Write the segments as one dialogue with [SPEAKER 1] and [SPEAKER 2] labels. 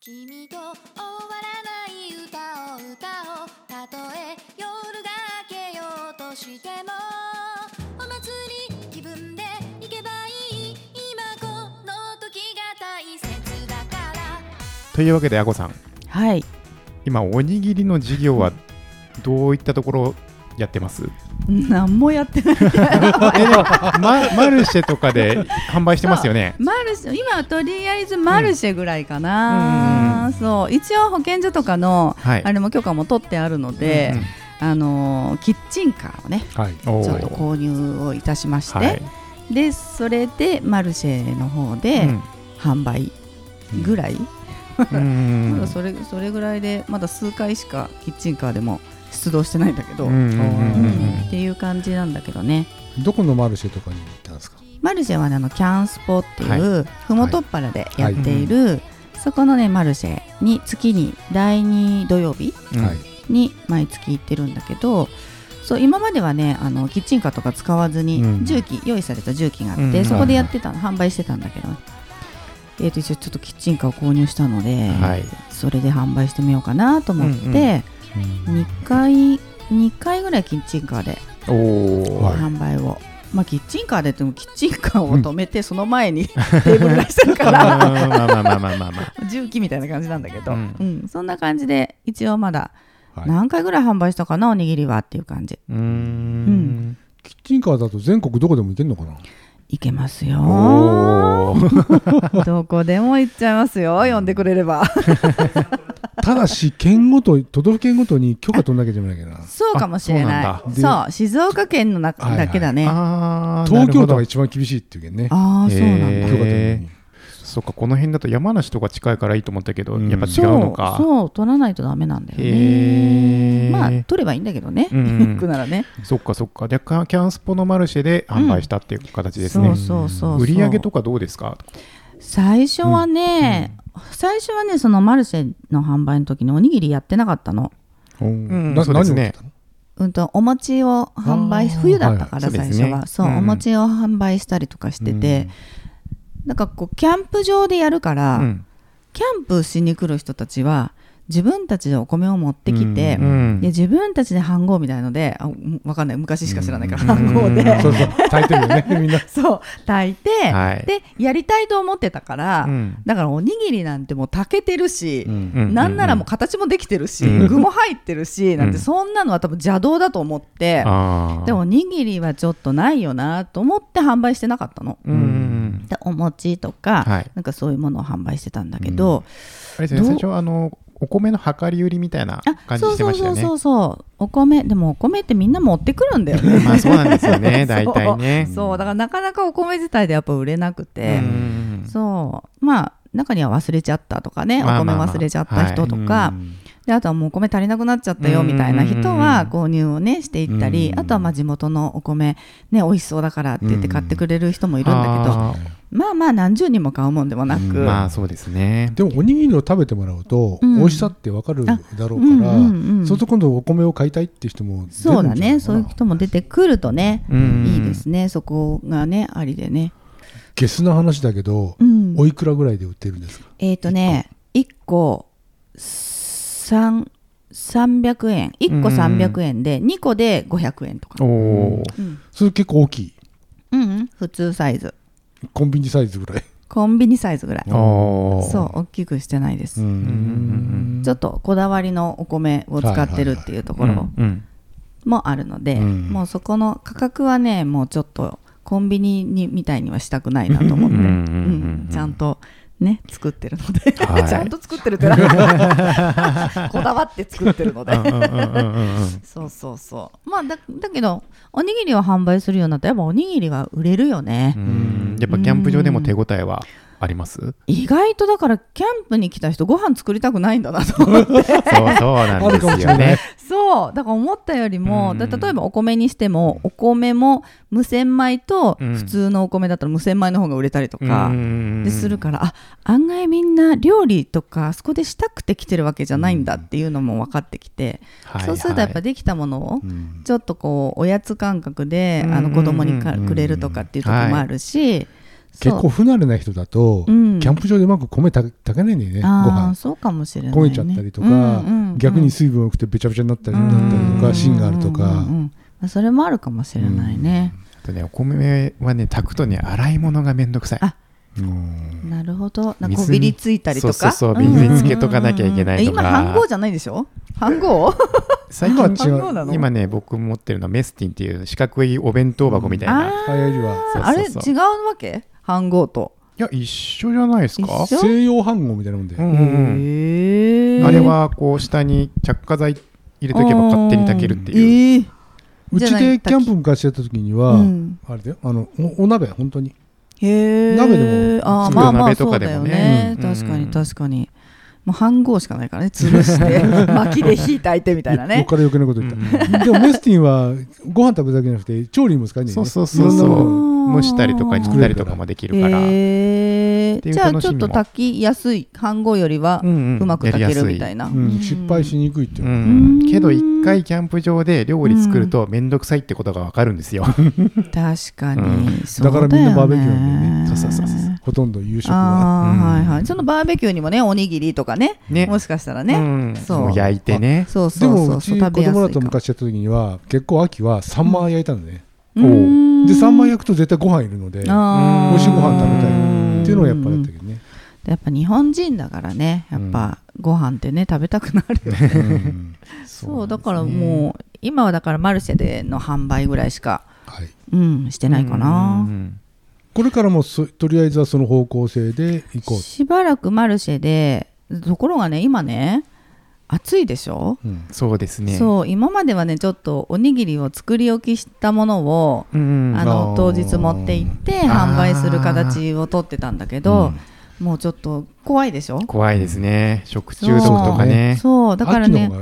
[SPEAKER 1] 君と終わらない歌を歌おうたとえ夜が明けようとしてもお祭り気分で行けばいい今この時が大切だから
[SPEAKER 2] というわけで、あこさん、
[SPEAKER 3] はい
[SPEAKER 2] 今、おにぎりの事業はどういったところやって ます
[SPEAKER 3] 何もやってない
[SPEAKER 2] えでもママルシェとかで販売してますよね。
[SPEAKER 3] マルシェ今とりあえずマルシェぐらいかな、そう一応保健所とかの
[SPEAKER 2] はい。
[SPEAKER 3] あれも許可も取ってあるので、
[SPEAKER 2] うんうん
[SPEAKER 3] あのーキッチンカーをね
[SPEAKER 4] はい。
[SPEAKER 2] おー
[SPEAKER 3] ちょっと購入をいたしまして、
[SPEAKER 2] はい
[SPEAKER 3] でそれでマルシェの方で販売ぐらい、
[SPEAKER 2] うん
[SPEAKER 3] まだそれそれぐらいでまだ数回しかキッチンカーでも出動してないんだけど、
[SPEAKER 2] うんうんうんうん
[SPEAKER 3] うんっていう感じなんだけどね
[SPEAKER 4] どこのマルシェとかに行ったんですか。
[SPEAKER 3] マルシェはねあのキャンスポっていうふもとっぱらでやっている、そこのねマルシェに月に第2土曜日
[SPEAKER 2] うん
[SPEAKER 4] はい。
[SPEAKER 3] に毎月行ってるんだけどそう今まではねあのキッチンカーとか使わず
[SPEAKER 2] う
[SPEAKER 3] に
[SPEAKER 2] ん
[SPEAKER 3] 重機、用意された重機があって、
[SPEAKER 2] うん
[SPEAKER 3] そこでやってたの、販売してたんだけど、えー、と一応ちょっとキッチンカーを購入したので、
[SPEAKER 2] はい
[SPEAKER 3] それで販売してみようかなと思って、
[SPEAKER 2] うんう
[SPEAKER 3] 2回2回ぐらいキッチンカーで
[SPEAKER 2] おお、
[SPEAKER 4] はい
[SPEAKER 3] 販売を、まあキッチンカーでってもキッチンカーを止めてその前に テーブル出してる
[SPEAKER 2] ま
[SPEAKER 3] か
[SPEAKER 2] あ
[SPEAKER 3] ら
[SPEAKER 2] まあまあまあ まあまあまあ。
[SPEAKER 3] 重機みたいな感じなんだけど、
[SPEAKER 2] う
[SPEAKER 3] うんんそんな感じで一応まだ
[SPEAKER 4] はい
[SPEAKER 3] 何回ぐらい販売したかなおにぎりはっていう感じ
[SPEAKER 2] うーん。
[SPEAKER 4] キッチンカーだと全国どこでも行けるのかな。
[SPEAKER 3] いけます
[SPEAKER 2] お
[SPEAKER 3] よ
[SPEAKER 2] お ー。
[SPEAKER 3] どこでも行っちゃいますよ呼んでくれれば
[SPEAKER 4] ただし県ごと都道府県ごとに許可取んなきゃいけないわけどな。
[SPEAKER 3] そうかもしれ
[SPEAKER 2] あ
[SPEAKER 3] な
[SPEAKER 2] そ
[SPEAKER 3] い
[SPEAKER 4] な
[SPEAKER 3] そ
[SPEAKER 4] ん
[SPEAKER 3] う静岡県の中
[SPEAKER 4] はいはい
[SPEAKER 3] だけだね、
[SPEAKER 2] ああ、
[SPEAKER 4] 東京都が
[SPEAKER 2] なる
[SPEAKER 4] 一番厳しいっていうけんね。
[SPEAKER 3] ああーそうなんだ、
[SPEAKER 2] へー
[SPEAKER 4] 許可取るの
[SPEAKER 2] ほ
[SPEAKER 4] に
[SPEAKER 2] どそっか、この辺だと山梨とか近いからいいと思ったけど、
[SPEAKER 4] うん
[SPEAKER 2] やっぱ違
[SPEAKER 3] そう
[SPEAKER 2] うのか。
[SPEAKER 3] そう取らないとダメなんだよね
[SPEAKER 2] へえ。
[SPEAKER 3] まあ取ればいいんだけどね、
[SPEAKER 2] うんうん
[SPEAKER 3] 行くならね
[SPEAKER 2] そっかそっか。で、かキャンスポのマルシェで販売したっていう形ですね。
[SPEAKER 3] そうそうそうそう
[SPEAKER 2] 売り上げとかどうですか
[SPEAKER 3] 最初はね、最初はねそのマルシェの販売の時におにぎりやってなかったの、
[SPEAKER 4] うんんな
[SPEAKER 2] そうで
[SPEAKER 4] 何
[SPEAKER 2] す
[SPEAKER 4] を
[SPEAKER 2] ね
[SPEAKER 4] やってたの
[SPEAKER 3] うん、とお餅を販売
[SPEAKER 4] あー
[SPEAKER 3] 冬だったから
[SPEAKER 2] はいは
[SPEAKER 3] 最
[SPEAKER 2] い
[SPEAKER 3] 初は、
[SPEAKER 2] そ
[SPEAKER 3] そう
[SPEAKER 2] ですね
[SPEAKER 3] う,、
[SPEAKER 2] うん
[SPEAKER 3] お餅を販売したりとかしてて、なんかこうキャンプ場でやるから、
[SPEAKER 2] うん
[SPEAKER 3] キャンプしに来る人たちは自分たちでお米を持ってきて、
[SPEAKER 4] うん
[SPEAKER 3] で自分たちで飯盒みたいのであ分かんない昔しか知らないから
[SPEAKER 2] うん
[SPEAKER 3] 飯盒で、
[SPEAKER 2] うん
[SPEAKER 4] そうそう炊いてるよね みんな。
[SPEAKER 3] そう炊いて、
[SPEAKER 2] はい
[SPEAKER 3] でやりたいと思ってたから、
[SPEAKER 2] うん
[SPEAKER 3] だからおにぎりなんてもう炊けてるし、
[SPEAKER 2] うんうん
[SPEAKER 3] なんならもう形もできてるし、
[SPEAKER 2] うん
[SPEAKER 3] 具も入ってるし、なん
[SPEAKER 2] うん
[SPEAKER 3] てそんなのは多分邪道だと思って、
[SPEAKER 2] ああ。
[SPEAKER 3] でおにぎりはちょっとないよなと思って販売してなかったの。
[SPEAKER 2] うんうん。
[SPEAKER 3] でお餅とか、
[SPEAKER 2] はい
[SPEAKER 3] なんかそういうものを販売してたんだけど、
[SPEAKER 2] あれですね、
[SPEAKER 3] どう
[SPEAKER 2] 最初、あの、お米の量り売りみたいな
[SPEAKER 3] あ
[SPEAKER 2] 感じ
[SPEAKER 3] そう
[SPEAKER 2] して
[SPEAKER 3] そ
[SPEAKER 2] ま
[SPEAKER 3] う
[SPEAKER 2] した
[SPEAKER 3] そ
[SPEAKER 2] よ
[SPEAKER 3] う
[SPEAKER 2] ね
[SPEAKER 3] そ。うそうお米でもお米ってみんな持ってくるんだよね。
[SPEAKER 2] まあそうなんですよね、
[SPEAKER 3] そう
[SPEAKER 2] 大体ね。
[SPEAKER 3] そうだからなかなかお米自体でやっぱ売れなくて、
[SPEAKER 2] うん
[SPEAKER 3] そうまあ中には忘れちゃったとかね、
[SPEAKER 2] まあまあまあ
[SPEAKER 3] お米忘れちゃった人とか、
[SPEAKER 4] うん
[SPEAKER 3] であとはもうお米足りなくなっちゃったよみたいな人は購入をねしていった
[SPEAKER 4] う
[SPEAKER 3] り
[SPEAKER 4] ん
[SPEAKER 3] あとはまあ地元のお米ね美味しそうだからって言って買ってくれる人もいるんだけど
[SPEAKER 2] あ
[SPEAKER 3] まあまあ何十人も買うもんでもなく、
[SPEAKER 4] う
[SPEAKER 2] ー
[SPEAKER 4] ん
[SPEAKER 2] まあそうですね。
[SPEAKER 4] でもおにぎりを食べてもらうと、
[SPEAKER 3] うん
[SPEAKER 4] 美味しさってわかるだろ
[SPEAKER 3] うん
[SPEAKER 4] う
[SPEAKER 3] う
[SPEAKER 4] から、
[SPEAKER 3] んうん
[SPEAKER 4] そうすると今度お米を買いたいっていう人も出る
[SPEAKER 3] そうん
[SPEAKER 4] じ
[SPEAKER 3] だ
[SPEAKER 4] ゃないかな
[SPEAKER 3] ねそういう人も出てくるとね
[SPEAKER 2] うん
[SPEAKER 3] いいですねそこがねありでね。
[SPEAKER 4] ゲスな話だけど、
[SPEAKER 3] うん
[SPEAKER 4] おいくらぐらいで売ってるんですか
[SPEAKER 3] えっ、とね1個3 300円1個300円で2個で500円とか
[SPEAKER 2] お、おー。
[SPEAKER 3] うん
[SPEAKER 4] それ結構大きい
[SPEAKER 3] うんうん、普通サイズ
[SPEAKER 4] コンビニサイズぐらい
[SPEAKER 3] コンビニサイズぐらい
[SPEAKER 2] おー
[SPEAKER 3] そう大きくしてないです、
[SPEAKER 2] ん
[SPEAKER 3] ちょっとこだわりのお米を使ってるっていうところ
[SPEAKER 2] うんうん
[SPEAKER 3] もあるので、
[SPEAKER 4] うん
[SPEAKER 3] もうそこの価格はねもうちょっとコンビニにみたいにはしたくないなと思って、
[SPEAKER 2] うんうんうん
[SPEAKER 3] うんちゃんとね作ってるので、
[SPEAKER 2] はい
[SPEAKER 3] ちゃんと作ってるって なんかこだわって作ってるので
[SPEAKER 2] うんうんうんうん うん
[SPEAKER 3] そうそうそうまあだだけどおにぎりを販売するようになったらやっぱおにぎりは売れるよね、
[SPEAKER 2] うんやっぱキャンプ場でも手応えはありますそう
[SPEAKER 3] 意外とだからキャンプに来た人ご飯作りたくないんだな と思って
[SPEAKER 2] そうなんです
[SPEAKER 4] あるかも
[SPEAKER 2] よ
[SPEAKER 4] しれな
[SPEAKER 2] ね
[SPEAKER 4] い。
[SPEAKER 3] そうだから思ったよりも、
[SPEAKER 2] うん
[SPEAKER 3] だ例えばお米にしてもお米も無洗米と
[SPEAKER 2] うん
[SPEAKER 3] 普通のお米だったら無洗米の方が売れたりとか、
[SPEAKER 2] うん
[SPEAKER 3] でするからあ案外みんな料理とかあそこでしたくて来てるわけじゃないんだっていうのも分かってきて、
[SPEAKER 2] はい
[SPEAKER 3] そうするとやっぱ
[SPEAKER 2] はい
[SPEAKER 3] できたものを
[SPEAKER 4] うん
[SPEAKER 3] ちょっとこうおやつ感覚で、あの
[SPEAKER 2] うん
[SPEAKER 3] 子供にかくれるとかっていうところもあるし、
[SPEAKER 4] 結構不慣れな人だと、
[SPEAKER 3] キ
[SPEAKER 4] キャンプ場でうまく米炊炊けないんだよね、ご
[SPEAKER 3] ああ
[SPEAKER 4] 飯
[SPEAKER 3] そうかもしれない、ね、
[SPEAKER 4] 焦げちゃったりとか逆に水分多くてべちゃべちゃになったりなったりとか芯があるとか
[SPEAKER 3] かそれもあるかもしれないね、
[SPEAKER 2] あとねお米はね炊くとね洗い物がめんどくさい
[SPEAKER 3] あ
[SPEAKER 2] うん
[SPEAKER 3] なるほどなんかこ
[SPEAKER 2] 水
[SPEAKER 3] うびりついたりとか
[SPEAKER 2] そうそうそう水につけとかなきゃいけないとか
[SPEAKER 3] うんうんうんえ今半号じゃないでしょ半号
[SPEAKER 2] 最近
[SPEAKER 4] 今違う
[SPEAKER 3] 半号なの
[SPEAKER 2] 今ね僕持ってるのはメスティンっていう四角いお弁当箱みたいな、い
[SPEAKER 3] あ
[SPEAKER 4] あいやいや
[SPEAKER 3] ー
[SPEAKER 2] そう
[SPEAKER 3] あ
[SPEAKER 2] そ
[SPEAKER 3] れ
[SPEAKER 2] うそう
[SPEAKER 3] 違うわけ半号と
[SPEAKER 2] や一緒じゃないですか
[SPEAKER 3] 一緒
[SPEAKER 4] 西洋飯合みたいなもんで、
[SPEAKER 2] う
[SPEAKER 3] へ
[SPEAKER 2] んうんうん、
[SPEAKER 3] ー
[SPEAKER 2] あれはこう下に着火剤入れとけば勝手に炊けるっていう、
[SPEAKER 3] えー
[SPEAKER 4] うちでキャンプ昔やった時には、
[SPEAKER 3] うん
[SPEAKER 4] あれだよあのおお鍋本当に
[SPEAKER 3] へえ
[SPEAKER 4] 鍋でも
[SPEAKER 3] あー
[SPEAKER 4] 作る
[SPEAKER 3] まあまあ
[SPEAKER 2] 鍋
[SPEAKER 3] そ
[SPEAKER 2] と
[SPEAKER 3] う
[SPEAKER 2] か
[SPEAKER 3] だ
[SPEAKER 2] で
[SPEAKER 3] よ
[SPEAKER 2] もね
[SPEAKER 3] ね
[SPEAKER 2] うん
[SPEAKER 3] 確かに確かにもう半合しかないからね潰して 薪で火炊いてみたいな
[SPEAKER 4] よ
[SPEAKER 3] ね
[SPEAKER 4] っから余計なこと言った、でもメスティンはご飯食べるだけじゃなくて調理も使えないんだ
[SPEAKER 2] そ
[SPEAKER 4] よ
[SPEAKER 2] う
[SPEAKER 4] ね
[SPEAKER 2] そうそう
[SPEAKER 4] い
[SPEAKER 2] そ
[SPEAKER 4] ろんなも
[SPEAKER 2] う
[SPEAKER 3] う
[SPEAKER 4] の
[SPEAKER 3] ん
[SPEAKER 2] 蒸したりとか煮たりとかもできるから、
[SPEAKER 3] へえ
[SPEAKER 2] っていう
[SPEAKER 3] じゃあ
[SPEAKER 2] 楽
[SPEAKER 3] ち
[SPEAKER 2] し
[SPEAKER 3] ょっ
[SPEAKER 2] みも
[SPEAKER 3] と炊きやすい半合よりは
[SPEAKER 2] ん
[SPEAKER 3] うまく炊けるみたいな、
[SPEAKER 4] うん失敗しにくいっていう
[SPEAKER 2] う
[SPEAKER 4] のは、
[SPEAKER 2] ん
[SPEAKER 3] うん
[SPEAKER 2] けど一回キャンプ場で料理作ると面倒くさいってことがわかるんですよ。
[SPEAKER 3] 確かに、
[SPEAKER 2] う
[SPEAKER 3] そうよね
[SPEAKER 4] だからみんなバーベキューなんだよ
[SPEAKER 2] ねそうそうそうそう
[SPEAKER 4] ほとんど夕食は
[SPEAKER 3] ああ、
[SPEAKER 2] うん
[SPEAKER 3] はいはいそのバーベキューにもねおにぎりとかね
[SPEAKER 2] ね
[SPEAKER 3] もしかしたらね、
[SPEAKER 2] うん
[SPEAKER 3] そう
[SPEAKER 2] もう焼いてね。
[SPEAKER 3] そうそ
[SPEAKER 4] で
[SPEAKER 3] うそう
[SPEAKER 4] もう
[SPEAKER 3] そう
[SPEAKER 4] ち子
[SPEAKER 3] 食べやすい
[SPEAKER 4] 供
[SPEAKER 3] か
[SPEAKER 4] だと昔やった時には結構秋はサンマ焼いたのね、
[SPEAKER 3] うーん
[SPEAKER 4] でサンマ焼くと絶対ご飯いるのでって
[SPEAKER 3] あー
[SPEAKER 4] 美味しいご飯食べたい
[SPEAKER 2] っ
[SPEAKER 4] いうのはやっぱりあったけどね、
[SPEAKER 3] やっぱ日本人だからねやっぱご飯ってね食べたくなるよ ね、
[SPEAKER 4] うん
[SPEAKER 3] そうだからもう今はだからマルシェでの販売ぐらいしか
[SPEAKER 4] はい、
[SPEAKER 3] うんしてないかな
[SPEAKER 2] うん
[SPEAKER 4] これからもそとりあえずはその方向性でいこ
[SPEAKER 3] しばらくマルシェでところがね今ね暑いでしょ、
[SPEAKER 4] う、うん
[SPEAKER 2] そうですね。
[SPEAKER 3] そう今まではねちょっとおにぎりを作り置きしたものを
[SPEAKER 2] うんうん。
[SPEAKER 3] あの
[SPEAKER 4] あー
[SPEAKER 3] 当日持って行って
[SPEAKER 2] あー
[SPEAKER 3] 販売する形をとってたんだけど、もうちょっと怖いでしょ
[SPEAKER 2] 怖いですね。食中毒とかね。
[SPEAKER 3] そうだからね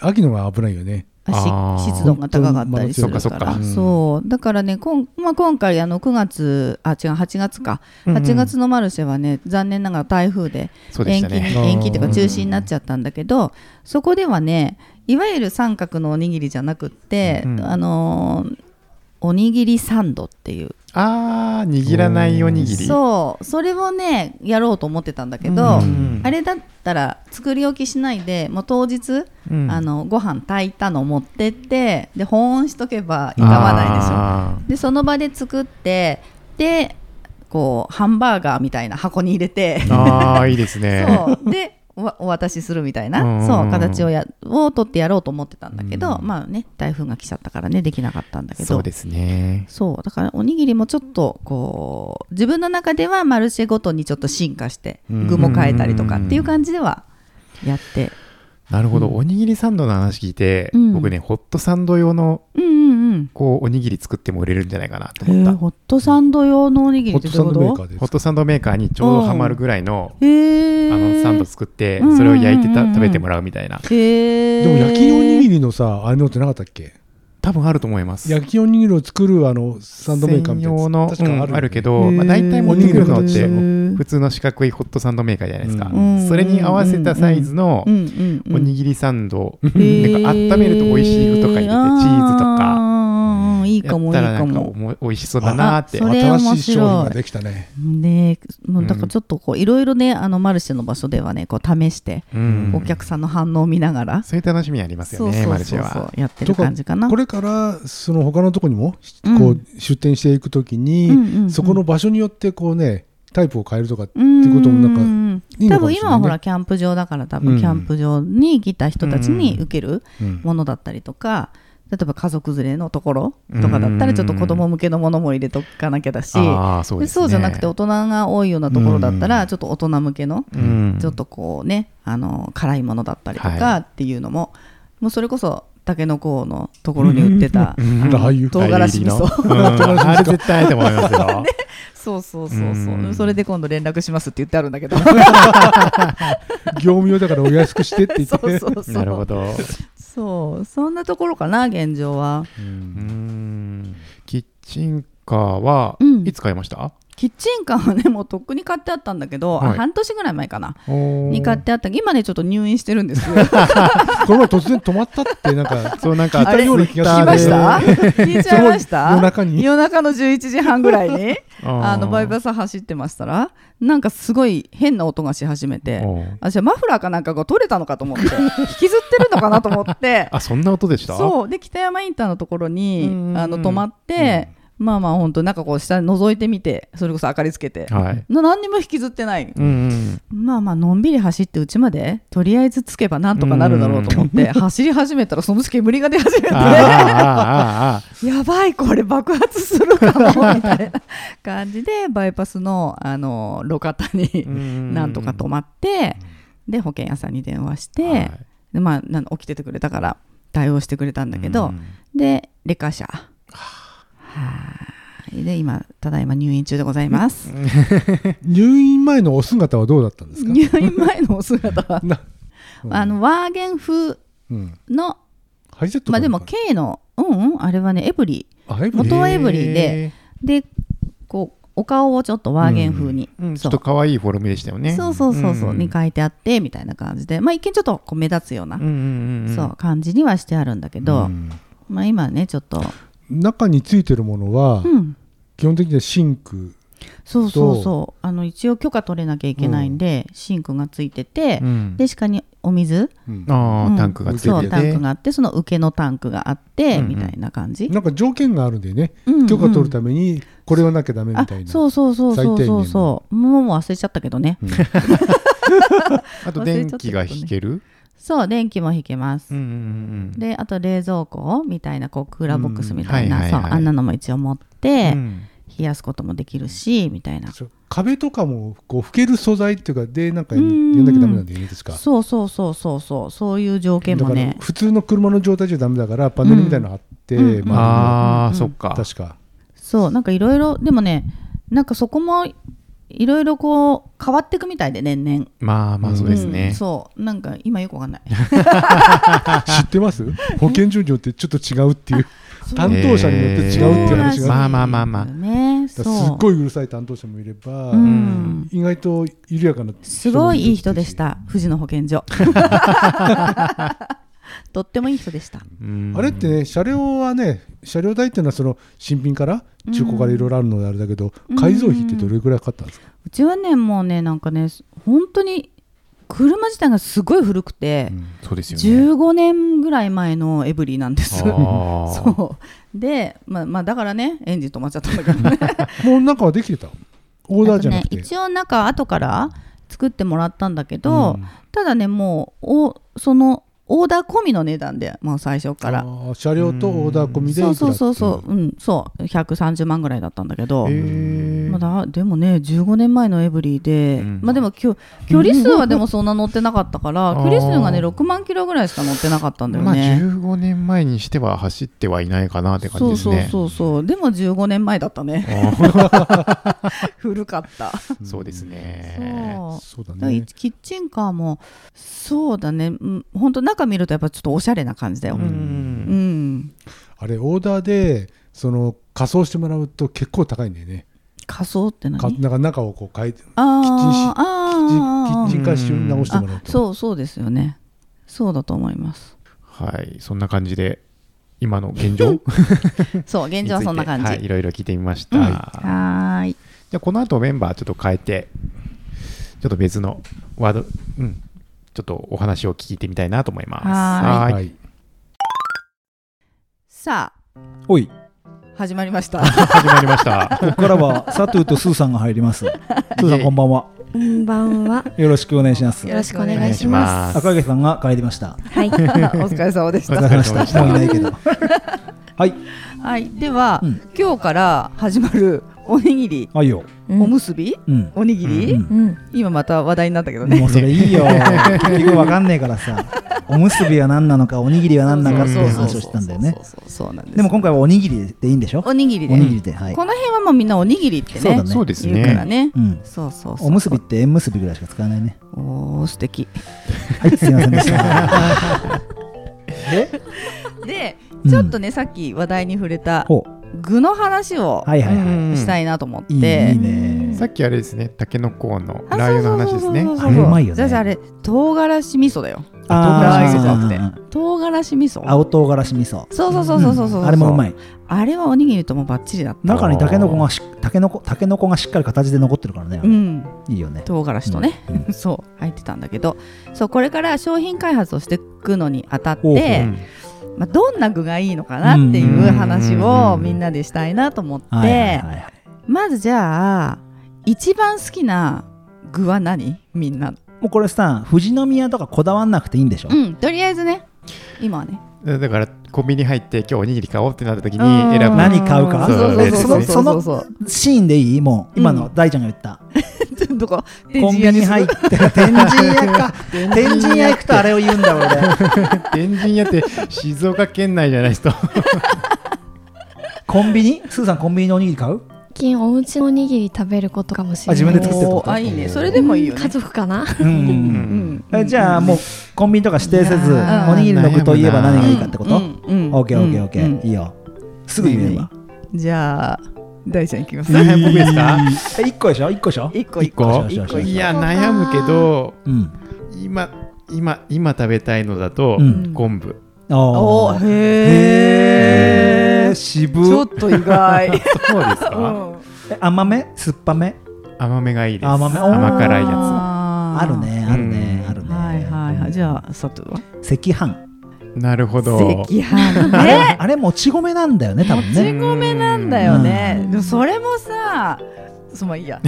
[SPEAKER 4] 秋の方が秋の方が危ないよね
[SPEAKER 2] あー
[SPEAKER 3] あし湿度が高かったりするから
[SPEAKER 2] そっかそっか
[SPEAKER 3] そうだからねこん、まあ、今回あの9月あ違う8月か
[SPEAKER 2] うんうん
[SPEAKER 3] 8月のマルシェはね残念ながら台風で
[SPEAKER 2] そうでし
[SPEAKER 3] 延
[SPEAKER 2] た
[SPEAKER 3] 期に、
[SPEAKER 2] ね。
[SPEAKER 4] あー
[SPEAKER 3] 延期っていうか中止になっちゃったんだけど、そこではねいわゆる三角のおにぎりじゃなくって、
[SPEAKER 2] うん
[SPEAKER 3] あのーおにぎりサンドっていう
[SPEAKER 2] あー、握らないおにぎり。
[SPEAKER 3] そうそれをねやろうと思ってたんだけ
[SPEAKER 2] う
[SPEAKER 3] ど、
[SPEAKER 2] ん
[SPEAKER 3] あれだったら作り置きしないでもう当日、
[SPEAKER 2] うん
[SPEAKER 3] あのご飯炊いたの持ってってで保温しとけば傷まないでしょ
[SPEAKER 2] あ
[SPEAKER 3] でその場で作ってでこうハンバーガーみたいな箱に入れて
[SPEAKER 2] ーあー、いいですね。
[SPEAKER 3] そうでおわ お渡しするみたいな、
[SPEAKER 2] うんうんうん
[SPEAKER 3] そう形をやを取ってやろうと思ってたんだけど、
[SPEAKER 4] うん
[SPEAKER 3] まあね台風が来ちゃったからねできなかったんだけど
[SPEAKER 2] そうですね。
[SPEAKER 3] そうだからおにぎりもちょっとこう自分の中ではマルシェごとにちょっと進化して
[SPEAKER 4] うん
[SPEAKER 3] 具も変えたりとかっていう感じではやって
[SPEAKER 2] なるほど。おにぎりサンドの話聞いて、
[SPEAKER 3] うん
[SPEAKER 2] 僕ね、ホットサンド用の
[SPEAKER 3] うんうんうん
[SPEAKER 2] こうおにぎり作っても売れるんじゃないかなと
[SPEAKER 3] え
[SPEAKER 2] 思った。
[SPEAKER 3] ホットサンド用のおにぎり
[SPEAKER 4] ホ
[SPEAKER 3] っ
[SPEAKER 4] ッ
[SPEAKER 3] て
[SPEAKER 4] ト
[SPEAKER 3] どうい
[SPEAKER 4] サン
[SPEAKER 3] う
[SPEAKER 4] ドメー
[SPEAKER 3] こ
[SPEAKER 4] カ
[SPEAKER 3] と
[SPEAKER 4] ーで
[SPEAKER 2] ホットサンドメーカーにちょうどはまるぐらいの
[SPEAKER 3] えー、
[SPEAKER 2] あのサンド作って
[SPEAKER 3] うん
[SPEAKER 2] それを焼いてた
[SPEAKER 3] うんうん
[SPEAKER 2] 食べてもらうみたいな
[SPEAKER 3] えー、
[SPEAKER 4] でも焼きおに
[SPEAKER 3] り
[SPEAKER 4] ぎりのさあれのってなかったっけ
[SPEAKER 2] 多分あると思います
[SPEAKER 4] 焼きおにぎりを作るあのサンドメーカーみたいな
[SPEAKER 2] 専
[SPEAKER 4] や
[SPEAKER 2] 用
[SPEAKER 4] つ
[SPEAKER 2] の
[SPEAKER 4] 確かある,、
[SPEAKER 2] うんあるけど、まあ、大体
[SPEAKER 4] お
[SPEAKER 2] も
[SPEAKER 4] にぎり
[SPEAKER 2] 作
[SPEAKER 4] の
[SPEAKER 2] るのっ
[SPEAKER 4] 形
[SPEAKER 2] て
[SPEAKER 3] 普
[SPEAKER 2] 普通の四角いホットサンドメーカーじゃないですか、
[SPEAKER 3] うん
[SPEAKER 2] それに合わせたサイズの
[SPEAKER 3] うんうんうん、
[SPEAKER 2] おにぎりサンド、
[SPEAKER 3] えー
[SPEAKER 2] なんか温めると美味しい具とか入れてチーズとか
[SPEAKER 3] あーいい
[SPEAKER 2] や
[SPEAKER 3] か
[SPEAKER 2] っ
[SPEAKER 3] もいい
[SPEAKER 2] たらな
[SPEAKER 3] か
[SPEAKER 2] んかお
[SPEAKER 3] も
[SPEAKER 2] も美味しそうだなって
[SPEAKER 3] あそれ面白い
[SPEAKER 4] 新しい商品ができたね
[SPEAKER 3] ねもうだからちょっとこういろいろねあのマルシェの場所ではねこう試して
[SPEAKER 2] うん
[SPEAKER 3] お客さんの反応を見ながら、
[SPEAKER 2] そういう楽しみありますよ
[SPEAKER 3] そう
[SPEAKER 2] ね
[SPEAKER 3] そ
[SPEAKER 2] マ
[SPEAKER 3] う
[SPEAKER 2] ルシ
[SPEAKER 3] そ
[SPEAKER 2] ェ
[SPEAKER 3] う
[SPEAKER 2] は
[SPEAKER 3] やってる感じかな
[SPEAKER 4] これからその他のとこにも、
[SPEAKER 3] うん
[SPEAKER 4] こう出店していくときに、
[SPEAKER 3] うんうんうん
[SPEAKER 4] そこの場所によってこうねタイプを変えるとかって
[SPEAKER 3] う
[SPEAKER 4] いうこともなんか
[SPEAKER 3] ん
[SPEAKER 4] いい
[SPEAKER 3] 多
[SPEAKER 4] のかも
[SPEAKER 3] 分
[SPEAKER 4] しれ
[SPEAKER 3] 今
[SPEAKER 4] ない、ね、
[SPEAKER 3] はほらキャンプ場だから多
[SPEAKER 4] う
[SPEAKER 3] 分
[SPEAKER 4] ん
[SPEAKER 3] キャンプ場に来た人たちに受ける
[SPEAKER 4] うん
[SPEAKER 3] ものだったりとか例えば家族連れのところとかだったらちょっと子供向けのものも入れとかなきゃだし
[SPEAKER 2] ああそう
[SPEAKER 3] で
[SPEAKER 2] です、ね、
[SPEAKER 3] そうじゃなくて大人が多いようなところだったらちょっと大人向けの
[SPEAKER 2] うん
[SPEAKER 3] ちょっとこうねあの辛いものだったりと
[SPEAKER 2] は
[SPEAKER 3] かっていうのも、もうそれこそたけのこのところに売ってたあ
[SPEAKER 2] うん
[SPEAKER 3] の
[SPEAKER 4] ラー油
[SPEAKER 3] 唐辛子味
[SPEAKER 2] うん
[SPEAKER 3] 噌
[SPEAKER 2] あれ絶対あると思いますよ。
[SPEAKER 3] そうそうそうそう、
[SPEAKER 2] うん
[SPEAKER 3] それで今度連絡しますって言ってあるんだけど
[SPEAKER 4] 業務用だからお安くしてって言っ
[SPEAKER 3] そ
[SPEAKER 4] て
[SPEAKER 3] うそうそう
[SPEAKER 2] なるほど。
[SPEAKER 3] そうそんなところかな現状は
[SPEAKER 2] うーんキッチンカーは
[SPEAKER 3] うん
[SPEAKER 2] いつ買いました、
[SPEAKER 3] キッチンカーはねもうとっくに買ってあったんだけど、あ
[SPEAKER 2] はい
[SPEAKER 3] 半年ぐらい前かなに
[SPEAKER 2] 2
[SPEAKER 3] 買ってあった今ねちょっと入院してるんですよ
[SPEAKER 4] これは突然止まったってなんか
[SPEAKER 2] そうなんか
[SPEAKER 3] あれ
[SPEAKER 4] ような気が
[SPEAKER 3] 聞
[SPEAKER 4] す
[SPEAKER 3] き
[SPEAKER 4] る
[SPEAKER 3] ました聞いちゃいました
[SPEAKER 4] 夜中に
[SPEAKER 3] 夜中の11時半ぐらいに
[SPEAKER 2] あ
[SPEAKER 3] あのバイパス走ってましたらなんかすごい変な音がし始め
[SPEAKER 2] で
[SPEAKER 3] て私はマフラーかなんかが取れたのかと思って 引きずってるのかなと思って
[SPEAKER 2] あそんな音でした
[SPEAKER 3] そうで北山インターのところに
[SPEAKER 2] うんうんうん
[SPEAKER 3] あの泊まって、まあまあ本当なんかこう下に覗いてみてそれこそ明かりつけて、
[SPEAKER 2] はい
[SPEAKER 3] な何にも引きずってない、
[SPEAKER 2] うん うん
[SPEAKER 3] まあまあのんびり走ってうちまでとりあえずつけばなんとかなるだろうと思って走り始めたらそのうち煙が出始めて
[SPEAKER 2] あーあーあーあー
[SPEAKER 3] やばいこれ爆発するかもみたいな感じでバイパスのあの路肩に
[SPEAKER 2] うん
[SPEAKER 3] なんとか止まってで保険屋さんに電話して、
[SPEAKER 2] はい
[SPEAKER 3] でまあなん起きててくれたから対応してくれたんだけ
[SPEAKER 2] う
[SPEAKER 3] ど、
[SPEAKER 2] ん
[SPEAKER 3] でレッカー車はいで今ただいま入院中でございます
[SPEAKER 4] 入院前のお姿はどうだったんですか
[SPEAKER 3] 入院前のお姿は
[SPEAKER 4] な
[SPEAKER 3] あのワーゲン風
[SPEAKER 4] うん
[SPEAKER 3] の
[SPEAKER 4] ハイセット
[SPEAKER 3] まあ
[SPEAKER 4] か
[SPEAKER 3] で
[SPEAKER 4] な
[SPEAKER 3] も K のうんうんあれはねエブリ
[SPEAKER 4] あエブリ
[SPEAKER 3] 元はエブリー
[SPEAKER 2] へ
[SPEAKER 3] ででこうお顔をちょっとワーゲン風に、
[SPEAKER 2] ーうんち
[SPEAKER 3] そ
[SPEAKER 2] ょ
[SPEAKER 3] う
[SPEAKER 2] っと可愛いフォルムでしたよね
[SPEAKER 3] そうそうそうそう、
[SPEAKER 2] ん
[SPEAKER 3] に書いてあってみたいな感じでまあ一見ちょっとこう目立つような、
[SPEAKER 2] うんうんうんうん
[SPEAKER 3] そう感じにはしてあるんだけど、
[SPEAKER 4] うん
[SPEAKER 3] まあ今ねちょっと
[SPEAKER 4] 中についてるものは
[SPEAKER 3] うん
[SPEAKER 4] 基本的にはシンク
[SPEAKER 3] そうそうそうあの一応許可取れなきゃいけないんで、シンクがついてて、
[SPEAKER 2] うん
[SPEAKER 3] で下にお水
[SPEAKER 4] うん
[SPEAKER 2] あ
[SPEAKER 3] う
[SPEAKER 2] あ
[SPEAKER 3] ん
[SPEAKER 2] タンクがついてて
[SPEAKER 3] そうタンクがあってその受けのタンクがあって、
[SPEAKER 2] うんうん
[SPEAKER 3] みたいな感じ、
[SPEAKER 4] なんか条件があるんでね
[SPEAKER 3] うんうん
[SPEAKER 4] 許可取るためにこれはなきゃダメみたい
[SPEAKER 3] あ
[SPEAKER 4] な
[SPEAKER 3] そうそうそうそうそう
[SPEAKER 4] 最低限の
[SPEAKER 3] そうもうもう忘れちゃったけどね
[SPEAKER 2] あと電気が引ける
[SPEAKER 3] そう電気も引けます、
[SPEAKER 2] うんうんうん
[SPEAKER 3] であと冷蔵庫みたいなこうクーラーボックスみたい
[SPEAKER 2] うん
[SPEAKER 3] な
[SPEAKER 2] はい
[SPEAKER 3] そ
[SPEAKER 2] は
[SPEAKER 3] う
[SPEAKER 2] いはい
[SPEAKER 3] あんなのも一応持っ
[SPEAKER 2] う
[SPEAKER 3] て
[SPEAKER 2] ん
[SPEAKER 3] 冷やすこともできるしみたいな
[SPEAKER 4] そう壁とかもこう拭ける素材っていうかでなんかや
[SPEAKER 3] うん
[SPEAKER 4] んなきゃダメなんだよね確か
[SPEAKER 3] そうそうそうそうそうそういう条件
[SPEAKER 4] だ
[SPEAKER 3] も
[SPEAKER 4] か
[SPEAKER 3] ね
[SPEAKER 4] ら普通の車の状態じゃダメだからパネルみたいなの貼って
[SPEAKER 3] うんうん
[SPEAKER 4] ま
[SPEAKER 2] あ
[SPEAKER 3] うん
[SPEAKER 2] あそっか
[SPEAKER 4] あ確か
[SPEAKER 3] そうなんかいろいろでもねなんかそこもいろいろこう変わっていくみたいで年々
[SPEAKER 2] まあまあそうです
[SPEAKER 3] うん
[SPEAKER 2] ね
[SPEAKER 3] そうなんか今よくわかんない
[SPEAKER 4] 知ってます 保健所によってちょっと違うっていう担当者によって違うっていう
[SPEAKER 3] そうら
[SPEAKER 4] 話
[SPEAKER 3] しい
[SPEAKER 4] がある
[SPEAKER 2] まあまあまあまあ
[SPEAKER 3] ね
[SPEAKER 4] だ
[SPEAKER 3] そ
[SPEAKER 4] か
[SPEAKER 3] う
[SPEAKER 4] らすっごいうるさい担当者もいれば
[SPEAKER 3] うん
[SPEAKER 2] ん
[SPEAKER 4] 意外と緩やかな
[SPEAKER 3] すごいいい人でした富士の保健所とってもいい人でした
[SPEAKER 2] うん
[SPEAKER 4] あれってね車両はね車両代っていうのはその新品から中古からいろいろあるのであれだけど
[SPEAKER 3] うん
[SPEAKER 4] 改造費ってどれくらいかかったんですか
[SPEAKER 3] うちはねもうねなんかね本当に車自体がすごい古くて、
[SPEAKER 2] そうですよね
[SPEAKER 3] 15年ぐらい前のエブリィなんです
[SPEAKER 2] あー
[SPEAKER 3] そうで、まあ、まあだからねエンジン止まっちゃったんだけどね
[SPEAKER 4] もう中はできてたオーダーじゃなく
[SPEAKER 3] あと
[SPEAKER 4] て
[SPEAKER 3] ね、 一応なんか後から作ってもらったんだけど、
[SPEAKER 4] うん
[SPEAKER 3] ただねもうおそのオーダー込みの値段でもう最初から
[SPEAKER 4] あー車両とオーダー込みでいく
[SPEAKER 3] そう
[SPEAKER 4] らっ
[SPEAKER 3] そう
[SPEAKER 4] てい
[SPEAKER 3] そうそううんそう130万ぐらいだったんだけど、
[SPEAKER 2] へー
[SPEAKER 3] まだでもね15年前のエブリィで、
[SPEAKER 2] うん
[SPEAKER 3] まあでもきょ距離数はでもそんな乗ってなかったから
[SPEAKER 2] あー
[SPEAKER 3] 距離数がね6万キロぐらいしか乗ってなかったんだよ
[SPEAKER 2] まあ
[SPEAKER 3] ね。
[SPEAKER 2] 15年前にしては走ってはいないかなって感じ
[SPEAKER 3] そ
[SPEAKER 2] で
[SPEAKER 3] う
[SPEAKER 2] す
[SPEAKER 3] そう
[SPEAKER 2] ね
[SPEAKER 3] そうそうでも15年前だったね 古かった、
[SPEAKER 2] そうですね
[SPEAKER 3] そう
[SPEAKER 4] そうだ
[SPEAKER 3] だから
[SPEAKER 4] ね
[SPEAKER 3] キッチンカーもそうだね本当中見るとやっぱちょっとおしゃれな感じだよ
[SPEAKER 2] う
[SPEAKER 3] うん、
[SPEAKER 2] ん
[SPEAKER 4] あれオーダーでその仮装してもらうと結構高いんだよね
[SPEAKER 3] 仮装って何
[SPEAKER 4] かなんか中をこう変えて
[SPEAKER 3] あー
[SPEAKER 4] キ
[SPEAKER 3] あー
[SPEAKER 4] ッチンから仕様に直してもらう
[SPEAKER 3] あ
[SPEAKER 4] と
[SPEAKER 3] そうそうですよねそうだと思います
[SPEAKER 2] はいそんな感じで今の現状
[SPEAKER 3] そう 現状はそんな感じ。
[SPEAKER 2] についてはいいろいろ聞いてみましたじ
[SPEAKER 3] はーい。
[SPEAKER 2] ゃあこの後メンバーちょっと変えてちょっと別のワードうんちょっとお話を聞いてみたいなと思います
[SPEAKER 3] は
[SPEAKER 2] はい
[SPEAKER 4] い
[SPEAKER 3] さ
[SPEAKER 5] おい、
[SPEAKER 3] あ始まりました。
[SPEAKER 2] 始まりました
[SPEAKER 5] ここからは佐藤とスーさんが入ります。ス ーさんこんばんは。
[SPEAKER 6] こんばんは。
[SPEAKER 5] よろしくお願いします
[SPEAKER 6] よ。ろしくお願いし
[SPEAKER 2] お
[SPEAKER 6] ま
[SPEAKER 2] 願いします
[SPEAKER 5] 赤池さんが帰りました。
[SPEAKER 6] はい。
[SPEAKER 3] お疲れ様でし
[SPEAKER 2] お
[SPEAKER 5] お
[SPEAKER 2] 疲
[SPEAKER 3] た。
[SPEAKER 5] 疲
[SPEAKER 2] れ様で
[SPEAKER 5] れ様で
[SPEAKER 2] し
[SPEAKER 5] したた。もういないけ ど。はい、
[SPEAKER 3] はいでは、
[SPEAKER 5] うん
[SPEAKER 3] 今日から始まる おにぎり、
[SPEAKER 5] あいよ。
[SPEAKER 6] うん
[SPEAKER 3] おむすび、
[SPEAKER 5] うん。
[SPEAKER 3] おにぎり、
[SPEAKER 5] う
[SPEAKER 6] うん。
[SPEAKER 3] 今また話題になったけどね。
[SPEAKER 5] もうそれいいよ。結局わかんねえからさ。おむすびは何なのか、おにぎりは何なのかっていう話をしてたんだよね
[SPEAKER 3] そ。うそうそうそうそうなんです。
[SPEAKER 5] でも今回はおにぎりでいいんでしょ
[SPEAKER 3] おにぎりで
[SPEAKER 5] おにぎりで。はい。
[SPEAKER 3] この辺はもうみんなおにぎりってね
[SPEAKER 5] そうだね
[SPEAKER 2] そうです
[SPEAKER 3] 言うから
[SPEAKER 2] ね
[SPEAKER 3] ね。
[SPEAKER 5] うん。
[SPEAKER 3] そうそうそう。
[SPEAKER 5] おむすびって縁結びぐらいしか使わないね。
[SPEAKER 3] おー素敵。
[SPEAKER 5] はい、すいませんでした。
[SPEAKER 3] で
[SPEAKER 5] うん
[SPEAKER 3] ちょっとね、さっき話題に触れた
[SPEAKER 5] ほう。
[SPEAKER 3] 具の話を
[SPEAKER 5] はいはいはい。
[SPEAKER 3] したいなと思って、
[SPEAKER 5] いいねいいね。
[SPEAKER 2] さっきあれですね、タケノコの
[SPEAKER 3] あ
[SPEAKER 2] ラー油の話ですね。
[SPEAKER 3] そうそうそ
[SPEAKER 5] あ
[SPEAKER 3] う
[SPEAKER 5] れ
[SPEAKER 3] そう
[SPEAKER 5] うまいよね
[SPEAKER 3] 先生あれ唐辛子味噌だよ唐
[SPEAKER 5] あ
[SPEAKER 3] 辛子味噌じゃ
[SPEAKER 5] ー
[SPEAKER 3] なくて唐辛子味噌
[SPEAKER 5] 青唐辛子味噌。
[SPEAKER 3] そうそうそうそうそうそう、
[SPEAKER 5] あれもうま
[SPEAKER 3] い
[SPEAKER 5] い。
[SPEAKER 3] あれはおにぎりともバッチリだった
[SPEAKER 5] 中にタケノコがし、タケノコ、タケノコがしっかり形で残ってるからね。
[SPEAKER 3] うん
[SPEAKER 5] いいよね。
[SPEAKER 3] 唐辛子とね、 そう入ってたんだけどそうこれから商品開発をしていくのにあたっ
[SPEAKER 5] ほうほ
[SPEAKER 3] て、まあ、どんな具がいいのかなっていう話をみんなでしたいなと思って、
[SPEAKER 5] はいはいはいはい。
[SPEAKER 3] まずじゃあ一番好きな具は何みんなの
[SPEAKER 5] もうこれさ、富士宮とかこだわんなくていいんでしょ
[SPEAKER 3] うんとりあえずね今はね
[SPEAKER 2] うんだから、コンビニ入って、今日おにぎり買おうってなった時に
[SPEAKER 3] うん
[SPEAKER 2] 選ぶ。
[SPEAKER 5] 何買うか
[SPEAKER 3] そうそうそう
[SPEAKER 5] その
[SPEAKER 3] そうそう
[SPEAKER 5] シーンでいいもう、今の大ちゃんが言った。
[SPEAKER 3] そう どこ
[SPEAKER 5] コンビニ入って、 天神屋か。天神屋行くとあれを言うんだ、俺。
[SPEAKER 2] 天神屋って静岡県内じゃないですと。
[SPEAKER 5] コンビニスーさんコンビニのおにぎり買う
[SPEAKER 6] 近おうちのおにぎり食べることかもしれ
[SPEAKER 5] あ
[SPEAKER 6] ない
[SPEAKER 5] 自分で作ってるってこと
[SPEAKER 3] あいいねそれでもいいよね
[SPEAKER 6] 家族かな
[SPEAKER 5] う
[SPEAKER 2] うん
[SPEAKER 5] ん
[SPEAKER 3] うん
[SPEAKER 5] えじゃあもうコンビニとか指定せず
[SPEAKER 3] いやー
[SPEAKER 5] おにぎりの具といえば何がいいかってこと
[SPEAKER 3] うんうんうん
[SPEAKER 5] ?OKOKOK いいよすぐ言えば
[SPEAKER 3] じゃあ大ちゃんいきます
[SPEAKER 2] 僕ですか
[SPEAKER 5] え1個でしょ1個でしょ
[SPEAKER 3] 一個一
[SPEAKER 2] 一個
[SPEAKER 5] よしよしよし
[SPEAKER 2] いや、悩むけど、
[SPEAKER 5] うん
[SPEAKER 2] 今、今、今食べたいのだと
[SPEAKER 5] う、ん
[SPEAKER 2] 昆布。
[SPEAKER 5] お
[SPEAKER 3] お
[SPEAKER 5] ー
[SPEAKER 3] ー
[SPEAKER 5] へ
[SPEAKER 3] へ
[SPEAKER 5] ー
[SPEAKER 3] え
[SPEAKER 5] 渋
[SPEAKER 3] ちょっと意 外
[SPEAKER 2] そうですか
[SPEAKER 3] うん
[SPEAKER 5] え甘め酸っぱめ
[SPEAKER 2] 甘めがいいです。
[SPEAKER 5] 甘めおー
[SPEAKER 2] 甘辛いや
[SPEAKER 3] あー
[SPEAKER 5] あるねあるね
[SPEAKER 2] うん
[SPEAKER 5] あるね
[SPEAKER 3] はいはいはいじゃあ佐藤は
[SPEAKER 5] 赤飯
[SPEAKER 2] つ。なるほど。
[SPEAKER 3] 赤飯
[SPEAKER 5] あれ
[SPEAKER 3] ね
[SPEAKER 5] あれもち米なんだよね多分
[SPEAKER 3] もち
[SPEAKER 5] ね
[SPEAKER 3] 米なんだよね、でもそれもさそまあいいや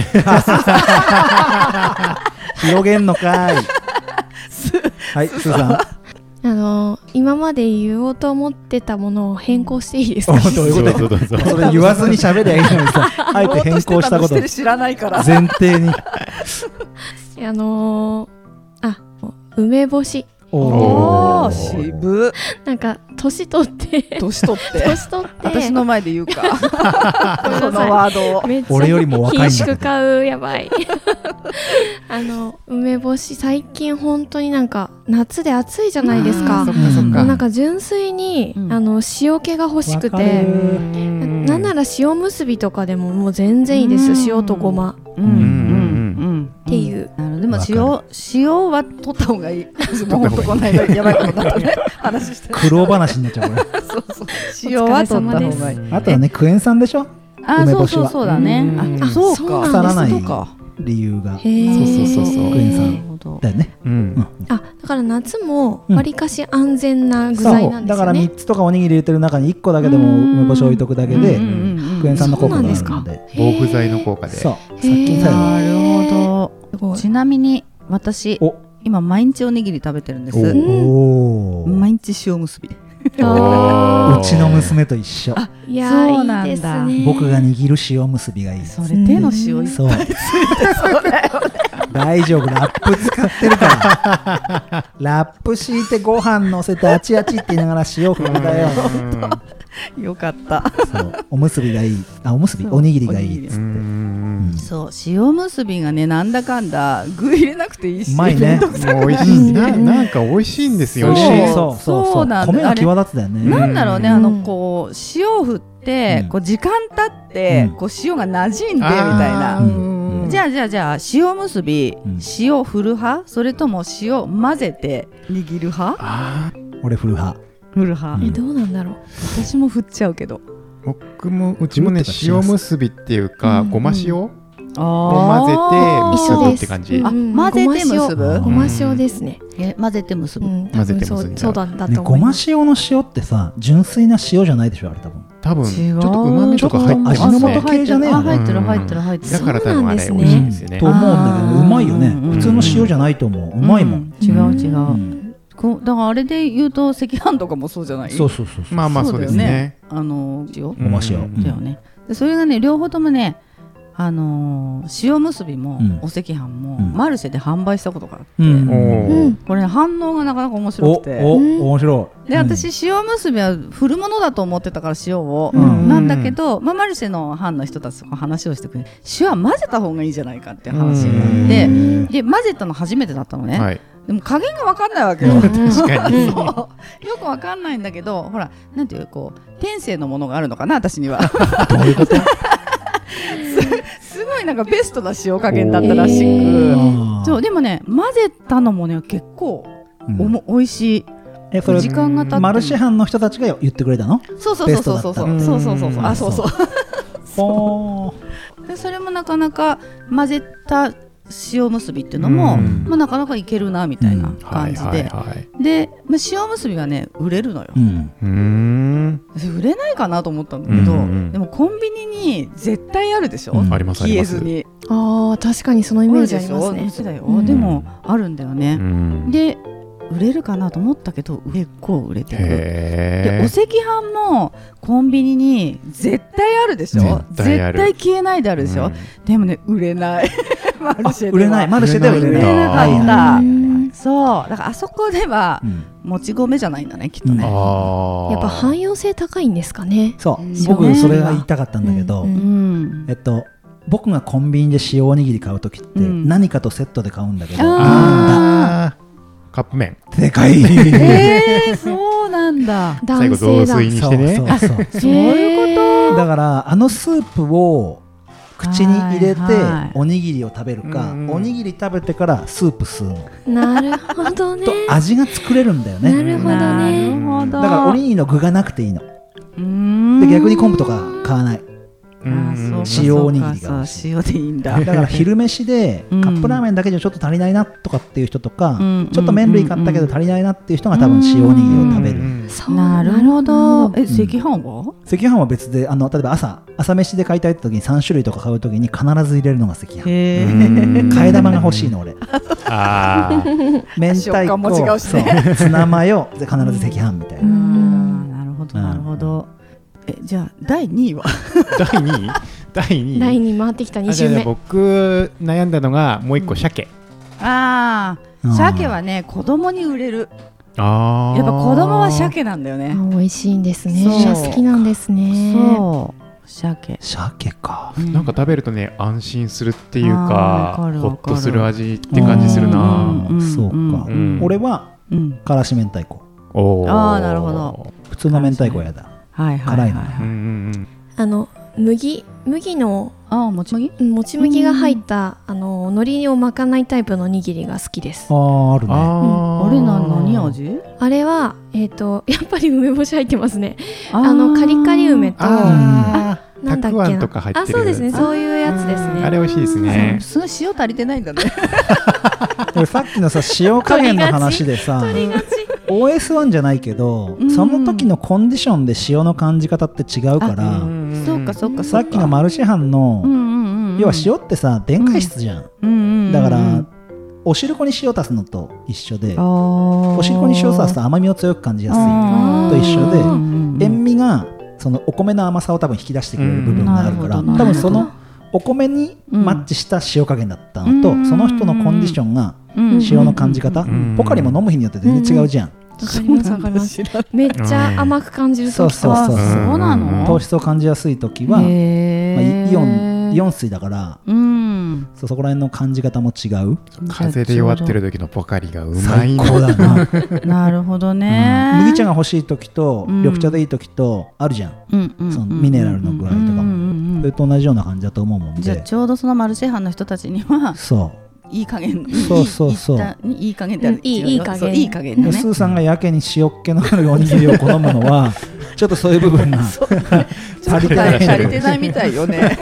[SPEAKER 5] 広げんのかいはいスーさん
[SPEAKER 6] あの今まで言おうと思ってたものを変更していいですか
[SPEAKER 5] どういうこと
[SPEAKER 2] どうぞ どうぞ
[SPEAKER 5] それ言わずに喋りゃいいのにさ あえて変更した
[SPEAKER 3] 言おう
[SPEAKER 5] こと
[SPEAKER 3] してる知らないから
[SPEAKER 5] 前提に
[SPEAKER 6] あのーあ梅干し
[SPEAKER 2] おー
[SPEAKER 3] おー渋
[SPEAKER 6] なんか年取って
[SPEAKER 3] 年取っ て
[SPEAKER 6] 年取って
[SPEAKER 3] 私の前で言うか
[SPEAKER 6] ごめん
[SPEAKER 3] その
[SPEAKER 6] なさい
[SPEAKER 3] ワードを
[SPEAKER 6] めっちゃ
[SPEAKER 5] 俺よりも若いんだけど
[SPEAKER 6] 品種買うやばい あの梅干し最近本当になんか夏で暑いじゃないです
[SPEAKER 3] あ
[SPEAKER 6] か
[SPEAKER 3] ーそっ
[SPEAKER 5] かそっか
[SPEAKER 6] もうなんか純粋に、
[SPEAKER 3] うん
[SPEAKER 6] あの塩気が欲しく
[SPEAKER 5] わかる
[SPEAKER 6] てななんなら塩結びとかでももう全然いいです
[SPEAKER 3] うん
[SPEAKER 6] 塩とごま
[SPEAKER 3] うん
[SPEAKER 5] うん
[SPEAKER 2] うん
[SPEAKER 6] っていう、
[SPEAKER 3] なるでも
[SPEAKER 5] わかる
[SPEAKER 3] 塩塩は取った方がいい。もう本当この間やばいことになったね。話して
[SPEAKER 5] 苦労話になっちゃうこれ
[SPEAKER 3] そうそう。塩は取った方がいい。
[SPEAKER 5] あとはねクエン酸でしょ
[SPEAKER 3] あ
[SPEAKER 5] 梅干しは
[SPEAKER 3] うだね
[SPEAKER 2] うん
[SPEAKER 3] あそうか。
[SPEAKER 6] そう
[SPEAKER 5] なんです腐らない
[SPEAKER 3] そうか。
[SPEAKER 5] 理由が
[SPEAKER 6] へー
[SPEAKER 2] そうそうそうそう
[SPEAKER 5] クエ
[SPEAKER 3] な
[SPEAKER 5] ン
[SPEAKER 3] る
[SPEAKER 5] 酸
[SPEAKER 3] ほど。
[SPEAKER 5] だよね、
[SPEAKER 2] うん
[SPEAKER 5] うん
[SPEAKER 6] あだから夏も
[SPEAKER 5] うん
[SPEAKER 6] わりかし安全な具
[SPEAKER 5] そう
[SPEAKER 6] 材なんで
[SPEAKER 5] だ
[SPEAKER 6] す
[SPEAKER 5] か
[SPEAKER 6] よ
[SPEAKER 5] ら
[SPEAKER 6] ね、
[SPEAKER 5] 3つとかおにぎり入れてる中に1個だけでも梅干し置いとくだけで、
[SPEAKER 3] うんうんうん
[SPEAKER 5] クエン酸の効果があるんで
[SPEAKER 6] そうなんです
[SPEAKER 2] 防腐剤の効果で。
[SPEAKER 5] そう殺
[SPEAKER 6] へー
[SPEAKER 5] 菌作用
[SPEAKER 3] なるほ
[SPEAKER 6] すご
[SPEAKER 3] ど。
[SPEAKER 6] い
[SPEAKER 3] ちなみに私
[SPEAKER 5] お
[SPEAKER 3] 今毎日おにぎり食べてるんです。
[SPEAKER 5] おー
[SPEAKER 3] 毎日塩結び。
[SPEAKER 6] あ
[SPEAKER 5] うちの娘と一緒
[SPEAKER 6] いや
[SPEAKER 3] そうな
[SPEAKER 6] ー
[SPEAKER 3] んだ
[SPEAKER 6] いいですね
[SPEAKER 5] 僕が握る塩結びがいい
[SPEAKER 3] それ手の塩
[SPEAKER 5] そう大丈夫ラップ使ってるからラップ敷いてご飯乗せてあちあちって言いながら塩振るんだよ
[SPEAKER 3] よかった。
[SPEAKER 5] そうおむすびがいいあおむすび
[SPEAKER 3] そう
[SPEAKER 5] おにぎりがい
[SPEAKER 3] おにぎ
[SPEAKER 5] い
[SPEAKER 3] り
[SPEAKER 5] っつって
[SPEAKER 2] うん
[SPEAKER 3] そう塩結びがねなんだかんだ具入れなくていいし。
[SPEAKER 5] うまいね
[SPEAKER 2] もう美味しい。ななんか美味しいんですよ
[SPEAKER 3] 美味しい
[SPEAKER 2] ね。
[SPEAKER 5] そうそう
[SPEAKER 3] そ
[SPEAKER 5] そうう
[SPEAKER 3] なんだ
[SPEAKER 5] 米
[SPEAKER 3] あ
[SPEAKER 5] が
[SPEAKER 3] れ
[SPEAKER 5] 際立つだよ ね
[SPEAKER 3] なんだろうね、
[SPEAKER 5] ん
[SPEAKER 3] あ
[SPEAKER 6] う
[SPEAKER 3] の
[SPEAKER 6] ん
[SPEAKER 3] こう塩を振って、
[SPEAKER 5] うん
[SPEAKER 3] こう時間経って、
[SPEAKER 5] うん
[SPEAKER 3] こう塩が馴染んでみたい
[SPEAKER 2] あー
[SPEAKER 3] な。
[SPEAKER 5] うん
[SPEAKER 3] じゃあじゃあじゃあ塩結び、
[SPEAKER 5] ん
[SPEAKER 3] 塩振る派それとも塩混ぜて握る派
[SPEAKER 2] あ
[SPEAKER 5] 俺フル派
[SPEAKER 3] 振る派、
[SPEAKER 6] えどうなんだろう
[SPEAKER 3] 私も振っちゃうけど
[SPEAKER 2] ー僕もうちもね
[SPEAKER 5] ちょっとしま
[SPEAKER 2] 塩
[SPEAKER 5] す
[SPEAKER 2] 結びっていうかごま塩を混ぜ
[SPEAKER 3] あ
[SPEAKER 2] て
[SPEAKER 6] 一
[SPEAKER 2] 結
[SPEAKER 6] 緒
[SPEAKER 2] ぶ
[SPEAKER 6] で
[SPEAKER 2] って
[SPEAKER 6] す
[SPEAKER 2] 感じ
[SPEAKER 3] あ。
[SPEAKER 6] うん
[SPEAKER 3] 混ぜて結ぶ
[SPEAKER 6] ごま塩ですね、
[SPEAKER 3] え混ぜて結
[SPEAKER 6] う
[SPEAKER 3] ぶ、
[SPEAKER 6] ん、
[SPEAKER 2] 混ぜて
[SPEAKER 6] 多分
[SPEAKER 2] 結んじ
[SPEAKER 6] そ
[SPEAKER 2] ゃう
[SPEAKER 6] うそうなんだ
[SPEAKER 5] ね
[SPEAKER 6] と
[SPEAKER 5] ご
[SPEAKER 6] 思い
[SPEAKER 5] ま
[SPEAKER 6] ます、
[SPEAKER 5] 塩の塩ってさ純粋な塩じゃないでしょあれ多分
[SPEAKER 2] 多分ち
[SPEAKER 3] 違
[SPEAKER 2] ょ
[SPEAKER 3] う
[SPEAKER 2] っと旨味とか入ってま
[SPEAKER 5] ちょ
[SPEAKER 2] す
[SPEAKER 5] っ
[SPEAKER 2] ね。
[SPEAKER 5] と味の素系じゃねえの
[SPEAKER 3] あ入ってる入ってる入ってる
[SPEAKER 2] だから多分あれ美
[SPEAKER 6] そう
[SPEAKER 2] 味
[SPEAKER 6] なんです
[SPEAKER 2] しいんですよ
[SPEAKER 6] ね
[SPEAKER 2] ね
[SPEAKER 5] と。思うんだけ
[SPEAKER 3] あー
[SPEAKER 5] どうまいよね
[SPEAKER 3] うん
[SPEAKER 5] 普通の塩じゃないと思ううまいもん
[SPEAKER 3] う違う違う、
[SPEAKER 5] うん
[SPEAKER 3] こうだからあれで言うと赤飯とかもそうじゃない
[SPEAKER 5] そうそうそうそう
[SPEAKER 2] まあまあそうですね。
[SPEAKER 3] あの塩
[SPEAKER 5] ごま塩
[SPEAKER 2] うん
[SPEAKER 3] だよね、でそれがね両方ともねあのー塩結びも、
[SPEAKER 5] うん
[SPEAKER 3] お赤飯も、
[SPEAKER 5] うん
[SPEAKER 3] マルシェで販売したことがあって、
[SPEAKER 5] うん
[SPEAKER 2] おー
[SPEAKER 3] これ、ね、反応がなかなか面
[SPEAKER 5] お
[SPEAKER 3] 白くて
[SPEAKER 5] お面白い
[SPEAKER 3] で私塩結びは振るものだと思ってたから塩を、
[SPEAKER 5] うん
[SPEAKER 3] なんだけど、まあ、マルシェの班の人たちとこう話をしてくれて塩は混ぜた方がいいんじゃないかっていう話になって、で混ぜたの初めてだったのね、
[SPEAKER 2] はい。
[SPEAKER 3] でも加減が分かんないわけよ。
[SPEAKER 2] 確かに。
[SPEAKER 3] そう よくわかんないんだけどほらなんていうこう天性のものがあるのかな私には すすごいなんかベストな塩加減だったらしく、
[SPEAKER 6] おー
[SPEAKER 3] そうでもね混ぜたのもね結構おも、美味しい
[SPEAKER 5] えそれ
[SPEAKER 3] 時間が経っても
[SPEAKER 5] マルシェ班の人たちが言ってくれたの
[SPEAKER 3] そうそうそうそうそうそ
[SPEAKER 2] ベストだった
[SPEAKER 3] うそうそうそうそうあそうそう
[SPEAKER 5] ほ
[SPEAKER 3] でそれもなかなか混ぜた塩結びっていうのも、
[SPEAKER 2] うん
[SPEAKER 3] まあ、なかなかいけるなみたいな感じで、
[SPEAKER 2] はいはいはい。
[SPEAKER 3] で、まあ、塩結びはね売れるのよ
[SPEAKER 5] う、うん、
[SPEAKER 2] うーん。
[SPEAKER 3] 売れないかなと思ったんだけど、
[SPEAKER 2] うんうん
[SPEAKER 3] でもコンビニに絶対あるでしょ、
[SPEAKER 5] うん
[SPEAKER 2] ありますあり
[SPEAKER 3] 消え
[SPEAKER 2] ます。
[SPEAKER 3] ず
[SPEAKER 2] う
[SPEAKER 3] に
[SPEAKER 6] ああ確かにそのイメージあります
[SPEAKER 3] 多いで
[SPEAKER 6] ね
[SPEAKER 3] しょそうだよ、
[SPEAKER 6] うん
[SPEAKER 3] でもあるんだよね、
[SPEAKER 2] ん。
[SPEAKER 3] で売れるかなと思ったけど結構売れてくるで
[SPEAKER 2] へ
[SPEAKER 3] お赤飯もコンビニに絶対あるでしょ
[SPEAKER 2] 絶対ある
[SPEAKER 3] 絶対消えないであるでしょ、
[SPEAKER 2] うん
[SPEAKER 3] でもね売れないマルシェでは
[SPEAKER 5] 売れないマルシェでは売れな
[SPEAKER 2] 売れ
[SPEAKER 5] い
[SPEAKER 2] なかった
[SPEAKER 5] う
[SPEAKER 6] う
[SPEAKER 5] ん
[SPEAKER 6] ん
[SPEAKER 3] そうだからあそこでは
[SPEAKER 5] うん
[SPEAKER 3] もち米じゃないんだねきっと
[SPEAKER 5] う
[SPEAKER 3] ね、
[SPEAKER 2] ああ。
[SPEAKER 6] やっぱ汎用性高いんですかね
[SPEAKER 5] そう
[SPEAKER 6] うん
[SPEAKER 5] 僕それが言いたかったんだけど、
[SPEAKER 6] うん
[SPEAKER 3] うん
[SPEAKER 5] えっと僕がコンビニで塩おにぎり買う時って
[SPEAKER 3] うん
[SPEAKER 5] 何かとセットで買うんだけど、
[SPEAKER 3] あ
[SPEAKER 2] あーカップ麺。
[SPEAKER 5] でかい
[SPEAKER 3] ーえー、そうなんだ
[SPEAKER 2] 最後雑
[SPEAKER 6] 男性だ
[SPEAKER 2] 炊にしてね。
[SPEAKER 5] そうそうそ う
[SPEAKER 3] そういうこと
[SPEAKER 5] だからあのスープを口に入れて
[SPEAKER 3] はいはい
[SPEAKER 5] おにぎりを食べるか、
[SPEAKER 2] うんうん
[SPEAKER 5] おにぎり食べてからスープ吸うの
[SPEAKER 6] なるほどね
[SPEAKER 5] と味が作れるんだよね
[SPEAKER 6] なるほどね
[SPEAKER 3] なるほど
[SPEAKER 5] だからおにぎりの具がなくていいの
[SPEAKER 3] うーん
[SPEAKER 5] で逆に昆布とか買わない
[SPEAKER 2] うんうん
[SPEAKER 5] そう塩おにぎりが
[SPEAKER 3] あそうかそう塩でいいんだ
[SPEAKER 5] だから昼飯でカ
[SPEAKER 3] うん
[SPEAKER 5] ップラーメンだけじゃちょっと足りないなとかっていう人とか、
[SPEAKER 3] うん
[SPEAKER 5] ちょっと麺類買ったけど足りないなっていう人が多分塩おにぎりを食べる、
[SPEAKER 6] そう
[SPEAKER 3] なるほどえ
[SPEAKER 5] ん
[SPEAKER 3] 赤飯は
[SPEAKER 5] 赤飯は別であの例えば朝朝飯で買いたいって時に3種類とか買う時に必ず入れるのが赤飯
[SPEAKER 3] へ
[SPEAKER 2] う
[SPEAKER 3] え
[SPEAKER 2] ん
[SPEAKER 5] 替え玉が欲しいの俺
[SPEAKER 2] ああ。
[SPEAKER 5] 明太
[SPEAKER 3] 食
[SPEAKER 5] 子
[SPEAKER 3] 感も違うし
[SPEAKER 5] そうツナマヨで必ず赤飯みたいな、
[SPEAKER 3] なるほど
[SPEAKER 5] うん
[SPEAKER 3] なるほどえじゃあ第二位は
[SPEAKER 2] 第二位第二位
[SPEAKER 6] 第に回ってきた2
[SPEAKER 2] あじゃ
[SPEAKER 6] 周
[SPEAKER 2] あじゃあ
[SPEAKER 6] 目
[SPEAKER 2] 僕悩んだのがもう一個鮭。
[SPEAKER 3] あ
[SPEAKER 5] うん
[SPEAKER 3] あ鮭はね子供に売れる
[SPEAKER 2] ああ。
[SPEAKER 3] やっぱ子供は。鮭なんだよ
[SPEAKER 6] あ
[SPEAKER 3] ね
[SPEAKER 6] 美味しいんですね
[SPEAKER 3] そう
[SPEAKER 6] 好きなんですね
[SPEAKER 3] そう鮭
[SPEAKER 5] 鮭か
[SPEAKER 2] なんか食べるとね安心するっていう
[SPEAKER 3] あ
[SPEAKER 2] か
[SPEAKER 3] ーわかる
[SPEAKER 2] ほ
[SPEAKER 3] わかる
[SPEAKER 2] っとする味って感じする
[SPEAKER 3] うん
[SPEAKER 2] な。
[SPEAKER 5] そうか、
[SPEAKER 2] うん
[SPEAKER 5] 俺は
[SPEAKER 3] うん
[SPEAKER 5] からし明太子
[SPEAKER 2] おー
[SPEAKER 3] あーなるほど。
[SPEAKER 5] 普通の明太子やだ
[SPEAKER 3] はいはいは
[SPEAKER 5] 辛
[SPEAKER 3] い
[SPEAKER 5] いの
[SPEAKER 2] うんう
[SPEAKER 3] はい
[SPEAKER 2] んうん。
[SPEAKER 6] あの麦麦の
[SPEAKER 3] ああもち麦
[SPEAKER 6] うんもち麦が入ったあの海苔を巻かないタイプのおにぎりが好きです
[SPEAKER 5] あーあるね
[SPEAKER 2] あー
[SPEAKER 3] あれな何味
[SPEAKER 6] あれはえっと やっぱり梅干し入ってますね
[SPEAKER 3] あー
[SPEAKER 6] あのカリカリ梅と
[SPEAKER 2] あー
[SPEAKER 6] なんだ
[SPEAKER 2] た
[SPEAKER 6] っけ
[SPEAKER 2] くあん
[SPEAKER 6] な
[SPEAKER 2] とか入ってる
[SPEAKER 6] あそうですねそういうやつですね
[SPEAKER 2] あれ美味しいですね。
[SPEAKER 3] すごい塩足りてないんだね
[SPEAKER 5] 俺さっきのさ塩加減の話でさ
[SPEAKER 6] 取りがち
[SPEAKER 5] OS1 じゃないけど、
[SPEAKER 3] うん
[SPEAKER 5] その時のコンディションで塩の感じ方って違うか
[SPEAKER 2] う
[SPEAKER 5] ら、
[SPEAKER 2] んんん
[SPEAKER 3] そうかそうか
[SPEAKER 5] さ
[SPEAKER 3] そう
[SPEAKER 5] っきのマルシェ班の、
[SPEAKER 3] うんうんうん
[SPEAKER 5] 要は塩ってさ電解質じゃん、
[SPEAKER 3] 塩
[SPEAKER 5] だから、お汁粉に塩足すのと一緒で
[SPEAKER 3] お
[SPEAKER 5] お汁粉に塩足すと甘みを強く感じやすい
[SPEAKER 3] あー
[SPEAKER 5] と一緒で
[SPEAKER 3] うん
[SPEAKER 5] 塩味がそのお米の甘さを多分引き出してくれる部分があるから、
[SPEAKER 3] うんなるほどな
[SPEAKER 5] 多
[SPEAKER 3] る
[SPEAKER 5] 分
[SPEAKER 3] ほど
[SPEAKER 5] そのお米にマッチした塩加減だったのと、
[SPEAKER 3] うん
[SPEAKER 5] その人のコンディションが
[SPEAKER 3] うん
[SPEAKER 5] 塩の感じ方、
[SPEAKER 2] ん
[SPEAKER 5] ポカリも飲む日によって全然違うじゃん、
[SPEAKER 6] わかりますわかりますめっちゃ甘く感じる
[SPEAKER 5] そう
[SPEAKER 6] 時
[SPEAKER 5] そう
[SPEAKER 6] と
[SPEAKER 5] そ
[SPEAKER 3] あ
[SPEAKER 5] う、
[SPEAKER 3] ーそうな
[SPEAKER 2] うん
[SPEAKER 5] 糖
[SPEAKER 3] の
[SPEAKER 5] 質を感じやすい時は、
[SPEAKER 3] へ
[SPEAKER 5] まあ
[SPEAKER 3] ー
[SPEAKER 5] イイオンイオン水だから
[SPEAKER 3] うん
[SPEAKER 5] そうそこら辺の感じ方も違う
[SPEAKER 2] 風で弱ってる時のポカリがうまい
[SPEAKER 5] 最
[SPEAKER 2] な
[SPEAKER 5] 高だな、
[SPEAKER 3] なるほどね
[SPEAKER 5] うん麦茶が欲しい時と
[SPEAKER 3] うん
[SPEAKER 5] 緑茶でいい時とあるじゃん、
[SPEAKER 3] うんうんうん
[SPEAKER 5] そのミネラルの具合とかも
[SPEAKER 3] うんうんう
[SPEAKER 5] そ
[SPEAKER 3] ん
[SPEAKER 5] れと同じような感じだと思うもん
[SPEAKER 3] じゃあ
[SPEAKER 5] で
[SPEAKER 3] ちょうどそのマルシェ班の人たちには
[SPEAKER 5] そ
[SPEAKER 3] いい加減
[SPEAKER 5] そうそうそう
[SPEAKER 3] いい一旦いい加減ってある
[SPEAKER 6] うんいい
[SPEAKER 3] 違うよ
[SPEAKER 6] いい加減
[SPEAKER 3] そういい加
[SPEAKER 5] う、
[SPEAKER 3] 減だね
[SPEAKER 5] スーさんがやけに塩っ気のあるおにぎりを好むのはちょっとそういう部分が足りてない
[SPEAKER 3] 足りてないみたいよね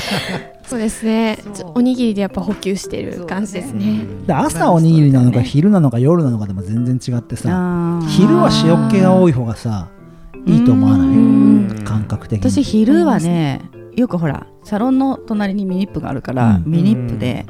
[SPEAKER 6] そうですね
[SPEAKER 3] そう
[SPEAKER 6] ちょおにぎりでやっぱ補給してる感じですね
[SPEAKER 5] で朝おにぎりなのか昼なのか夜なのかでも全然違ってさ
[SPEAKER 3] あー
[SPEAKER 5] 昼は塩っ気が多い方がさいいと思わ
[SPEAKER 3] う
[SPEAKER 5] なんい感覚的
[SPEAKER 3] 私
[SPEAKER 5] に
[SPEAKER 3] 昼はねよくほらサロンの隣にミニップがあるから、
[SPEAKER 5] うん
[SPEAKER 3] ミニップで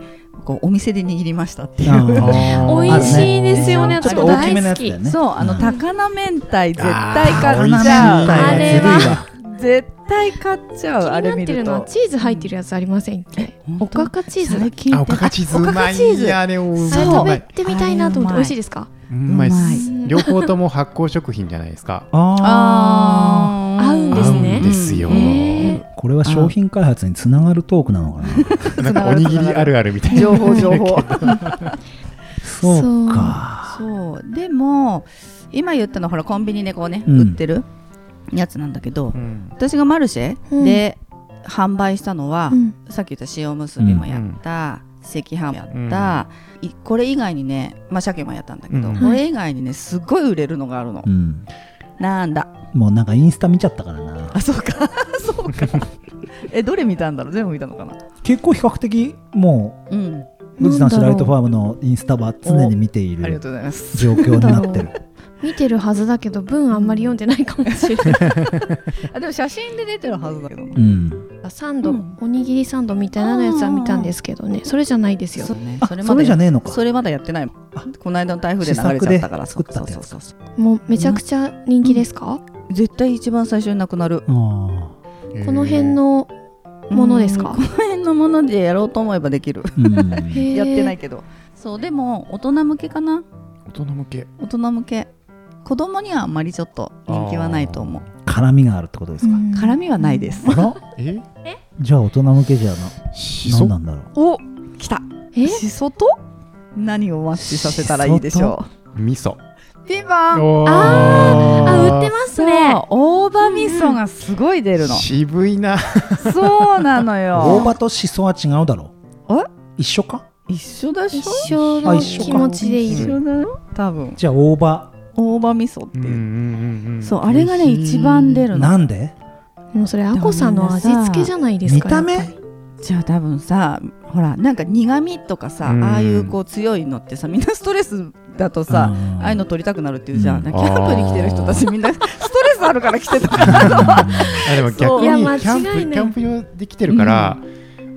[SPEAKER 3] こうお店で握りましたっていう、
[SPEAKER 5] あ
[SPEAKER 6] 美味しいですよね
[SPEAKER 5] ちょっと
[SPEAKER 6] 私も
[SPEAKER 5] 大きめの
[SPEAKER 6] 大好
[SPEAKER 5] やつだ
[SPEAKER 6] き
[SPEAKER 5] よね
[SPEAKER 3] そうあの、
[SPEAKER 5] ん
[SPEAKER 3] 高菜明太絶対買
[SPEAKER 5] 高
[SPEAKER 3] っちゃう
[SPEAKER 5] 菜明太はずるい
[SPEAKER 6] あれ
[SPEAKER 5] わ
[SPEAKER 3] 絶対買っちゃうあれ
[SPEAKER 6] 気にな
[SPEAKER 3] 見
[SPEAKER 6] ってる
[SPEAKER 3] る
[SPEAKER 6] のは
[SPEAKER 3] と
[SPEAKER 6] チーズ入ってるやつありませんっけ
[SPEAKER 3] 本当
[SPEAKER 6] おかかチーズだっ
[SPEAKER 3] 最
[SPEAKER 6] け
[SPEAKER 3] 近
[SPEAKER 2] あおかかチーズうま
[SPEAKER 3] おかかチー
[SPEAKER 2] い
[SPEAKER 3] ズ
[SPEAKER 2] ねあれをう
[SPEAKER 6] あ
[SPEAKER 2] ま
[SPEAKER 6] れ
[SPEAKER 2] い
[SPEAKER 3] そう
[SPEAKER 6] 食
[SPEAKER 2] ま
[SPEAKER 6] べ
[SPEAKER 2] い
[SPEAKER 6] てみたいなと思って
[SPEAKER 3] あれうまい
[SPEAKER 6] 美味しいですか
[SPEAKER 2] うまいっ
[SPEAKER 3] うま
[SPEAKER 2] す
[SPEAKER 3] い
[SPEAKER 2] 両方とも発酵食品じゃないです か
[SPEAKER 5] あ
[SPEAKER 6] 合うんですね
[SPEAKER 2] 合うんですよ
[SPEAKER 6] えー
[SPEAKER 5] ーこれは商品開発につながるトークなのか
[SPEAKER 2] な
[SPEAKER 5] な
[SPEAKER 2] んかおにぎりあるあるみたいな
[SPEAKER 3] 情報情報
[SPEAKER 5] そうか。
[SPEAKER 3] そうでも今言ったのはほらコンビニでこうね、
[SPEAKER 5] うん
[SPEAKER 3] 売ってるやつなんだけど、
[SPEAKER 2] うん
[SPEAKER 3] 私がマルシェで販売したのは、
[SPEAKER 6] うん
[SPEAKER 3] さっき言った塩むすびもやった、赤飯もやった、いこれ以外にね、まあ、鮭もやったんだけど、
[SPEAKER 2] うん
[SPEAKER 3] これ以外にねすごい売れるのがあるの、
[SPEAKER 5] うん。
[SPEAKER 3] なんだ
[SPEAKER 5] もうなんかインスタ見ちゃったからな。
[SPEAKER 3] あそうか そうかえどれ見たんだろう全部見たのかな
[SPEAKER 5] 結構比較的も
[SPEAKER 3] うん
[SPEAKER 5] う富士山
[SPEAKER 6] なんだ
[SPEAKER 5] 市
[SPEAKER 6] ろう
[SPEAKER 5] ライトファームのインスタは常に見てい
[SPEAKER 3] ありが
[SPEAKER 5] る
[SPEAKER 3] とうございます
[SPEAKER 5] 状況になってる。
[SPEAKER 6] 見てるはずだけど文あんまり読んでないかもしれない
[SPEAKER 3] あでも写真で出てるはずだけどな
[SPEAKER 5] うん。
[SPEAKER 6] サンド、
[SPEAKER 3] うん
[SPEAKER 6] おにぎりサンドみたいなのやつは見たんですけどねそれじゃないですよ
[SPEAKER 3] そう
[SPEAKER 6] ね
[SPEAKER 3] ね
[SPEAKER 5] あ、
[SPEAKER 3] そ
[SPEAKER 5] そ
[SPEAKER 3] れ
[SPEAKER 5] れ
[SPEAKER 3] まだ
[SPEAKER 5] じゃねえのか。
[SPEAKER 3] それまだやってないもん
[SPEAKER 5] あ
[SPEAKER 3] この間の台風で流れちゃったから
[SPEAKER 5] 試作で作ったってやつ
[SPEAKER 3] そうそうそう
[SPEAKER 6] もうめちゃくちゃ人気ですか、
[SPEAKER 3] そう絶対一番最初になくなる
[SPEAKER 5] ああ。
[SPEAKER 6] この辺のものですか
[SPEAKER 3] うんこの辺のものでやろうと思えばできる
[SPEAKER 5] うん。
[SPEAKER 3] やってない
[SPEAKER 6] い
[SPEAKER 3] けどそうでも大人向けかな
[SPEAKER 2] 大人向け
[SPEAKER 3] 大人向け子供にはあんまりちょっと人気はないと思う
[SPEAKER 5] 絡みがあるってことですか。
[SPEAKER 3] 絡みはないです
[SPEAKER 5] あら
[SPEAKER 2] え
[SPEAKER 5] じゃあ大人向けじゃな。
[SPEAKER 2] し
[SPEAKER 5] 何
[SPEAKER 2] そ
[SPEAKER 5] なんだろう。
[SPEAKER 3] お来た
[SPEAKER 6] え
[SPEAKER 3] しそと何をマッチさせたらいいでしょ
[SPEAKER 2] 味噌
[SPEAKER 3] うピンポン
[SPEAKER 2] おー
[SPEAKER 6] あ売ってますね
[SPEAKER 3] そう大葉味噌がすごい出るの、
[SPEAKER 2] 渋いな
[SPEAKER 3] そうなの
[SPEAKER 5] 大
[SPEAKER 3] よ
[SPEAKER 5] 葉とシソは違うだろ
[SPEAKER 3] え
[SPEAKER 5] う。一緒か
[SPEAKER 3] 一緒でし
[SPEAKER 6] 一
[SPEAKER 3] ょ
[SPEAKER 6] 生の気持ちでい
[SPEAKER 3] 一
[SPEAKER 6] る
[SPEAKER 3] 緒だよ多分
[SPEAKER 5] じゃあ大葉。
[SPEAKER 3] 大葉味噌って
[SPEAKER 2] うんう
[SPEAKER 3] い
[SPEAKER 2] ん
[SPEAKER 3] う、
[SPEAKER 2] うんん
[SPEAKER 3] そうあれがね
[SPEAKER 2] 美味しい
[SPEAKER 3] 一番出るの
[SPEAKER 5] なんで
[SPEAKER 6] もうそれあこさんの味付けじゃないです
[SPEAKER 5] 見
[SPEAKER 6] か
[SPEAKER 5] た目
[SPEAKER 6] やっぱり
[SPEAKER 3] じゃあ多分さほらなんか苦味とかさ、
[SPEAKER 2] うん
[SPEAKER 3] ああいうこう強いのってさみんなストレスだとさ、
[SPEAKER 5] ん
[SPEAKER 3] ああいうの取りたくなるっていうじゃん、
[SPEAKER 5] うん
[SPEAKER 3] なんかキャンプに来てる人たちみんなストレスあるから来てたか ら
[SPEAKER 2] あでも逆
[SPEAKER 3] そう
[SPEAKER 6] いや間違
[SPEAKER 2] にキャンプ
[SPEAKER 6] いない
[SPEAKER 2] キャンプ用できてるから、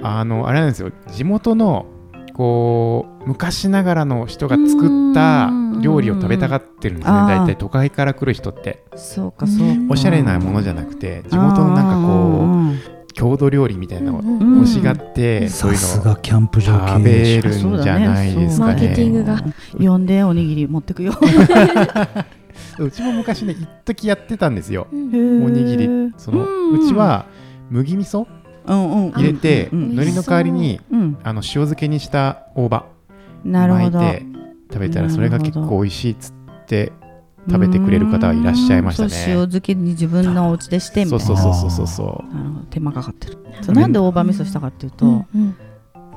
[SPEAKER 2] あのあれなんですよ地元のこう昔ながらの人が作った料理を食べたがってるんですね
[SPEAKER 3] うんうんうんうん
[SPEAKER 2] 大体都会から来る人って
[SPEAKER 3] そうかそうか
[SPEAKER 2] おしゃれなものじゃなくて地元のなんかこう郷土料理みたいなのを
[SPEAKER 6] うん
[SPEAKER 3] うん
[SPEAKER 2] 欲しがって、そうい
[SPEAKER 5] さ
[SPEAKER 2] う
[SPEAKER 5] す
[SPEAKER 2] のを
[SPEAKER 5] がキャンプ場
[SPEAKER 2] 食
[SPEAKER 5] 経
[SPEAKER 2] べ
[SPEAKER 5] 営
[SPEAKER 2] る
[SPEAKER 5] 者
[SPEAKER 2] んじゃないです
[SPEAKER 6] マ
[SPEAKER 2] か
[SPEAKER 6] ーケティン
[SPEAKER 2] ね
[SPEAKER 6] グが
[SPEAKER 3] うん呼んでおにぎり持ってくよ
[SPEAKER 2] うちも昔ね一時やってたんですよ
[SPEAKER 6] う ん
[SPEAKER 2] お
[SPEAKER 3] お
[SPEAKER 2] にぎりその
[SPEAKER 3] うん
[SPEAKER 2] うちは麦味噌
[SPEAKER 3] うんうん
[SPEAKER 2] 入れて
[SPEAKER 3] うん
[SPEAKER 2] 海苔の代わりに
[SPEAKER 3] うん
[SPEAKER 2] あの塩漬けにした大葉
[SPEAKER 3] なるほど
[SPEAKER 2] 巻いて食べたらそれが結構美味しいっつって食べ
[SPEAKER 3] 食
[SPEAKER 2] てくれる方はいらっしゃいましたね
[SPEAKER 3] 塩漬けに自分のお家でしてみた
[SPEAKER 2] そ
[SPEAKER 3] いうな
[SPEAKER 2] そうそうそうそうそ
[SPEAKER 3] なるほど手間かかってるそうなんで大葉味噌したかっていうと、
[SPEAKER 6] うん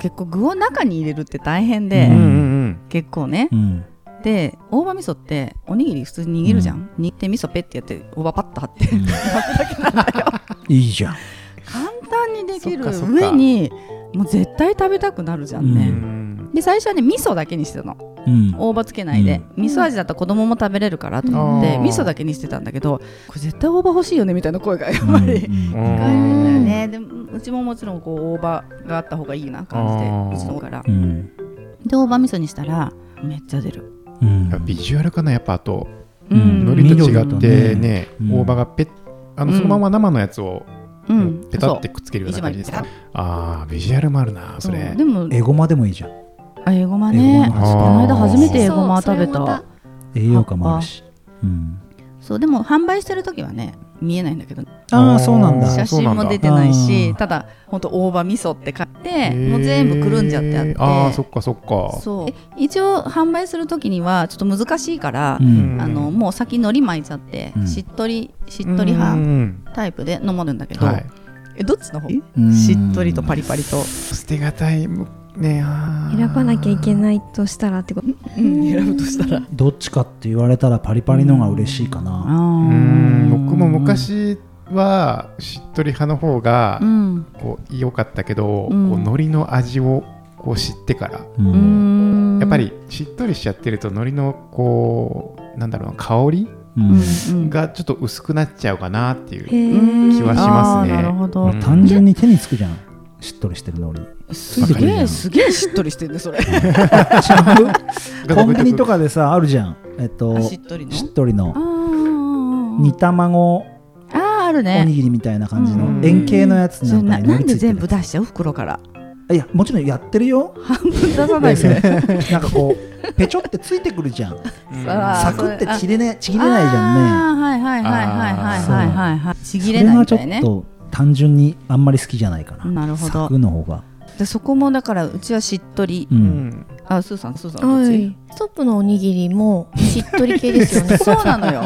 [SPEAKER 3] 結構具を中に入れるって大変で、
[SPEAKER 2] う、う
[SPEAKER 5] うんん
[SPEAKER 2] うんうん、
[SPEAKER 3] 結構ね
[SPEAKER 5] うん
[SPEAKER 3] で大葉味噌っておにぎり普通に握るじゃん、握って味噌ペッてやって大葉パッと貼って
[SPEAKER 5] うん いいじゃん
[SPEAKER 3] 簡単にできる
[SPEAKER 2] そっかそっか
[SPEAKER 3] 上にもう絶対食べたくなるじゃん
[SPEAKER 2] う
[SPEAKER 3] ね、
[SPEAKER 2] ん
[SPEAKER 3] で最初はね味噌だけにしてたの
[SPEAKER 5] うん
[SPEAKER 3] 大葉つけないで、味噌味だったら子供も食べれるからと思って
[SPEAKER 2] うん
[SPEAKER 3] 味噌だけにしてたんだけどこれ絶対大葉欲しいよねみたいな声がやっぱり、
[SPEAKER 5] うん
[SPEAKER 2] うん
[SPEAKER 3] 高いんだよねでうちももちろんこう大葉があった方がいいな感じでうちの方から
[SPEAKER 5] うん
[SPEAKER 3] で大葉味噌にしたらめっちゃ出る、
[SPEAKER 5] うん
[SPEAKER 2] やっぱビジュアルかなやっぱあと
[SPEAKER 5] うん
[SPEAKER 2] 海苔と違っ
[SPEAKER 5] 緑と
[SPEAKER 2] て
[SPEAKER 5] ね
[SPEAKER 2] ね
[SPEAKER 5] うん
[SPEAKER 2] 大葉がペッあの
[SPEAKER 3] うん
[SPEAKER 2] そのまま生のやつを
[SPEAKER 3] う
[SPEAKER 2] も
[SPEAKER 3] ん
[SPEAKER 2] うペタってくっつけるような
[SPEAKER 3] 一
[SPEAKER 2] 感
[SPEAKER 3] 枚
[SPEAKER 2] じで
[SPEAKER 3] に
[SPEAKER 2] す
[SPEAKER 3] ペ
[SPEAKER 2] か
[SPEAKER 3] タ
[SPEAKER 2] あービジュアルもあるなそれ
[SPEAKER 3] でも
[SPEAKER 5] エゴマでもいいじゃん
[SPEAKER 3] あエゴマね
[SPEAKER 5] エゴマ
[SPEAKER 3] この間初めて
[SPEAKER 6] そう
[SPEAKER 3] エゴマ食べ
[SPEAKER 6] それま
[SPEAKER 3] た
[SPEAKER 5] 栄養価もあるしうん
[SPEAKER 3] そうでも販売してる時はね見えないんだけど
[SPEAKER 5] ああそうな
[SPEAKER 2] あ
[SPEAKER 5] ん
[SPEAKER 2] ー
[SPEAKER 5] だ
[SPEAKER 3] 写真も出てないしただ本当大葉味噌って買ってもう全部くるんじゃってあって
[SPEAKER 2] へーあーそっかそっか
[SPEAKER 3] そうえ一応販売する時にはちょっと難しいから
[SPEAKER 5] う、ん
[SPEAKER 3] あのもう先海苔巻いちゃって、
[SPEAKER 5] うん
[SPEAKER 3] しっとりしっとり派
[SPEAKER 2] うん
[SPEAKER 3] タイプで飲まるんだけど、
[SPEAKER 2] はい
[SPEAKER 3] えどっちの方
[SPEAKER 5] うん
[SPEAKER 3] しっとりとパリパリと、
[SPEAKER 2] 捨てがたいねあー
[SPEAKER 6] 選ばなきゃいけないとしたらってこと
[SPEAKER 3] うん、選ぶとしたら
[SPEAKER 5] どっちかって言われたらパリパリのが嬉しいかな
[SPEAKER 2] う
[SPEAKER 3] うん
[SPEAKER 2] 僕も昔はしっとり派の方が
[SPEAKER 3] うん
[SPEAKER 2] こう良かったけど、
[SPEAKER 3] うん
[SPEAKER 2] こう海苔の味をこう知ってから、
[SPEAKER 5] うん
[SPEAKER 3] うん
[SPEAKER 2] やっぱりしっとりしちゃってると海苔のこうなんだろうな香り
[SPEAKER 5] うん
[SPEAKER 3] うん
[SPEAKER 2] がちょっと薄くなっちゃうかなっていう、
[SPEAKER 6] へ
[SPEAKER 3] うん
[SPEAKER 6] え
[SPEAKER 2] 気はしますね
[SPEAKER 3] あーなるほど、
[SPEAKER 2] うん
[SPEAKER 5] 単純に手につくじゃんしっとりしてるの に
[SPEAKER 3] すげえすげえしっとりしてるねそれ
[SPEAKER 5] コンビニとかでさあるじゃんえっと
[SPEAKER 3] あし
[SPEAKER 5] し
[SPEAKER 3] っとりの
[SPEAKER 5] っとり
[SPEAKER 3] あ
[SPEAKER 5] の
[SPEAKER 3] ー
[SPEAKER 5] 煮卵
[SPEAKER 3] あーある
[SPEAKER 5] おに
[SPEAKER 3] ね
[SPEAKER 5] ぎりみたいな感じ
[SPEAKER 2] う
[SPEAKER 5] の
[SPEAKER 2] ん
[SPEAKER 5] 円形のやつ
[SPEAKER 3] そ
[SPEAKER 5] な
[SPEAKER 3] れな
[SPEAKER 5] んか
[SPEAKER 3] な
[SPEAKER 5] に海苔
[SPEAKER 3] ん
[SPEAKER 5] つ
[SPEAKER 3] で
[SPEAKER 5] いてる
[SPEAKER 3] 全部出しちゃう袋から
[SPEAKER 5] いやもちろんやってるよ
[SPEAKER 3] 半分出さないで
[SPEAKER 5] なんかこうペチョってついてくるじゃ んサクってち
[SPEAKER 3] ぎ
[SPEAKER 5] ぎれねちぎれないじゃんね
[SPEAKER 3] んねはいはいはいはいはいはいはいはいちぎ
[SPEAKER 5] そ
[SPEAKER 3] れ
[SPEAKER 5] れ
[SPEAKER 3] ない
[SPEAKER 5] が
[SPEAKER 3] み
[SPEAKER 5] ちょ
[SPEAKER 3] たいね
[SPEAKER 5] っと単純にあんまり好きじゃないかな
[SPEAKER 3] なるほ
[SPEAKER 5] サ
[SPEAKER 3] ど
[SPEAKER 5] クの方が
[SPEAKER 3] でそこもだからうちはしっとり
[SPEAKER 5] うん
[SPEAKER 3] あスーさんスーさんど
[SPEAKER 6] は
[SPEAKER 3] っち
[SPEAKER 6] い、ストップのおにぎりもしっとり系ですよね
[SPEAKER 3] そうなのよ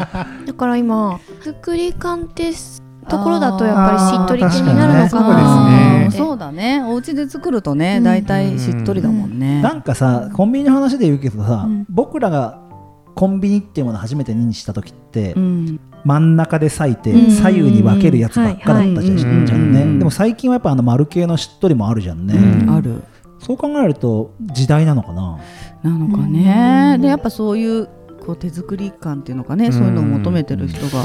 [SPEAKER 6] だから今作り鑑定すところだとやっぱりしっとり系になるのか
[SPEAKER 2] あー確かにね
[SPEAKER 6] なって
[SPEAKER 3] そうだねお家で作るとね
[SPEAKER 6] うん
[SPEAKER 3] 大体しっとりだもんね
[SPEAKER 5] なんかさコンビニの話で言うけどさ、
[SPEAKER 3] うん
[SPEAKER 5] 僕らがコンビニっていうものを初めて認知した時って、
[SPEAKER 3] うん
[SPEAKER 5] 真ん中で裂いて
[SPEAKER 6] うん
[SPEAKER 5] 左右に分けるやつばっかだったじゃん,、
[SPEAKER 3] はい
[SPEAKER 2] はい
[SPEAKER 5] じゃんね、
[SPEAKER 2] うん
[SPEAKER 5] でも最近はやっぱあの丸系のしっとりもあるじゃんね、
[SPEAKER 2] うん
[SPEAKER 3] ある
[SPEAKER 5] そう考えると時代なのかな
[SPEAKER 3] なのか
[SPEAKER 6] う
[SPEAKER 3] ね
[SPEAKER 6] ん
[SPEAKER 3] でやっぱそういうこう手作り感っていうのかねそういうのを求めてる人が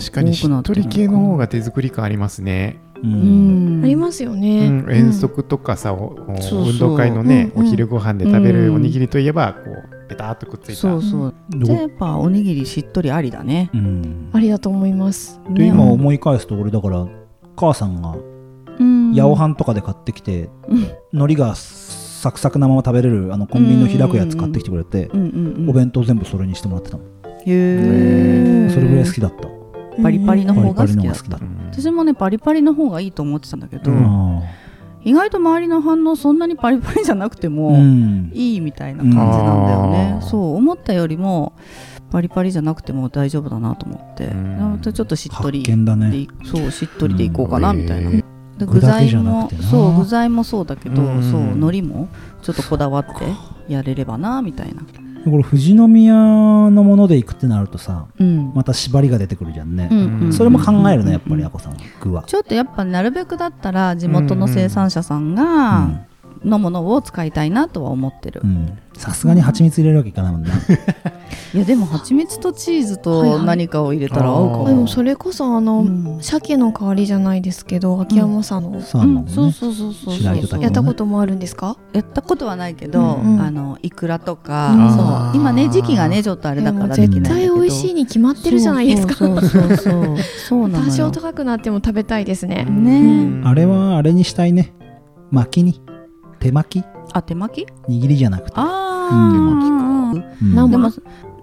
[SPEAKER 2] 確かにしっとり系の方が手作り感ありますね、
[SPEAKER 5] う
[SPEAKER 3] うんん
[SPEAKER 6] ありますよ
[SPEAKER 2] う
[SPEAKER 6] ね、
[SPEAKER 2] ん、遠足とかさ、おお
[SPEAKER 3] そうそう
[SPEAKER 2] 運動会のね、
[SPEAKER 6] うんうん
[SPEAKER 2] お昼ご飯で食べ
[SPEAKER 3] う
[SPEAKER 2] る
[SPEAKER 3] ん
[SPEAKER 2] おにぎりといえばこうベターっとくっついた
[SPEAKER 3] そうそうじゃあやっぱおにぎりしっとりありだね
[SPEAKER 5] うん
[SPEAKER 6] ありだと思います
[SPEAKER 5] で
[SPEAKER 3] ね
[SPEAKER 5] 今思い返すと俺だから母さんが
[SPEAKER 3] うん
[SPEAKER 5] 八百飯とかで買ってきて、
[SPEAKER 3] うん
[SPEAKER 5] 海苔がサクサクなまま食べれるあのコンビニの開くやつ買ってきてくれて、
[SPEAKER 3] うんうんうん
[SPEAKER 5] お弁当全部それにしてもらってたもん、
[SPEAKER 3] へえ
[SPEAKER 5] それぐらい好きだった
[SPEAKER 3] パリパリの
[SPEAKER 5] パ
[SPEAKER 3] 方
[SPEAKER 5] リ
[SPEAKER 3] が
[SPEAKER 5] パ
[SPEAKER 3] 好
[SPEAKER 5] リの
[SPEAKER 3] きだ
[SPEAKER 5] 方が好きだった、
[SPEAKER 2] うん
[SPEAKER 3] 私もねパリパリの方がいいと思ってたんだけど、
[SPEAKER 2] うん
[SPEAKER 3] 意外と周りの反応そんなにパリパリじゃなくても、
[SPEAKER 5] うん
[SPEAKER 3] いいみたいな感じなんだよね
[SPEAKER 2] あー
[SPEAKER 3] そう思ったよりもパリパリじゃなくても大丈夫だなと思って
[SPEAKER 2] うん
[SPEAKER 3] なのでちょっとしっと
[SPEAKER 5] 発
[SPEAKER 3] り
[SPEAKER 5] 見だね
[SPEAKER 3] でそうしっとりでいこうかなみたいな、
[SPEAKER 2] うんへ
[SPEAKER 3] で
[SPEAKER 5] 具
[SPEAKER 3] 具
[SPEAKER 5] だけ
[SPEAKER 3] 材
[SPEAKER 5] じゃな
[SPEAKER 3] も
[SPEAKER 5] くてな
[SPEAKER 3] そう具材もそうだけど、
[SPEAKER 2] うん
[SPEAKER 3] そう海苔もちょっとこだわってやれればなみたいな
[SPEAKER 5] これ富士宮のもので行くってなるとさ
[SPEAKER 3] うん、
[SPEAKER 5] また縛りが出てくるじゃんね、
[SPEAKER 3] うんうん
[SPEAKER 5] それも考えるねやっぱり
[SPEAKER 3] うん
[SPEAKER 5] あこさんは具は
[SPEAKER 3] ちょっとやっぱなるべくだったら地元の生産者さんがのものを使いたいなとは思ってる、
[SPEAKER 5] うんさすがに蜂蜜入れるわけいかないもんね
[SPEAKER 3] いやでも蜂蜜とチーズ
[SPEAKER 6] はいは
[SPEAKER 3] と
[SPEAKER 6] い
[SPEAKER 3] 何かを入れたら合うか
[SPEAKER 2] あ
[SPEAKER 3] も、
[SPEAKER 2] ー
[SPEAKER 6] でもそれこそあの、
[SPEAKER 3] うん
[SPEAKER 6] 鮭の代わりじゃないですけど秋山さんの、
[SPEAKER 5] サーモン
[SPEAKER 3] うん、そう
[SPEAKER 5] ね
[SPEAKER 3] そうそうそう
[SPEAKER 5] しないとだけどね
[SPEAKER 6] やったこともあるんですか
[SPEAKER 3] やったことはないけど、
[SPEAKER 6] うんうん
[SPEAKER 3] あのイクラと
[SPEAKER 2] あ
[SPEAKER 3] か
[SPEAKER 2] ー、
[SPEAKER 3] そう今ね時期がねちょっとあれだからできない
[SPEAKER 6] 絶
[SPEAKER 3] んだけ
[SPEAKER 6] 対
[SPEAKER 3] ど
[SPEAKER 6] 美味しい
[SPEAKER 3] い
[SPEAKER 6] に決まってるじゃないですか
[SPEAKER 3] そうそうそうそうそうなの
[SPEAKER 6] 多少
[SPEAKER 3] よ
[SPEAKER 6] 高くなっても食べたいですね、
[SPEAKER 3] ね
[SPEAKER 5] あれはあれにしたいね巻きに手巻き
[SPEAKER 3] あ手巻き
[SPEAKER 5] 握りじゃなくて、
[SPEAKER 3] ああ、
[SPEAKER 5] うん
[SPEAKER 6] 生
[SPEAKER 3] でも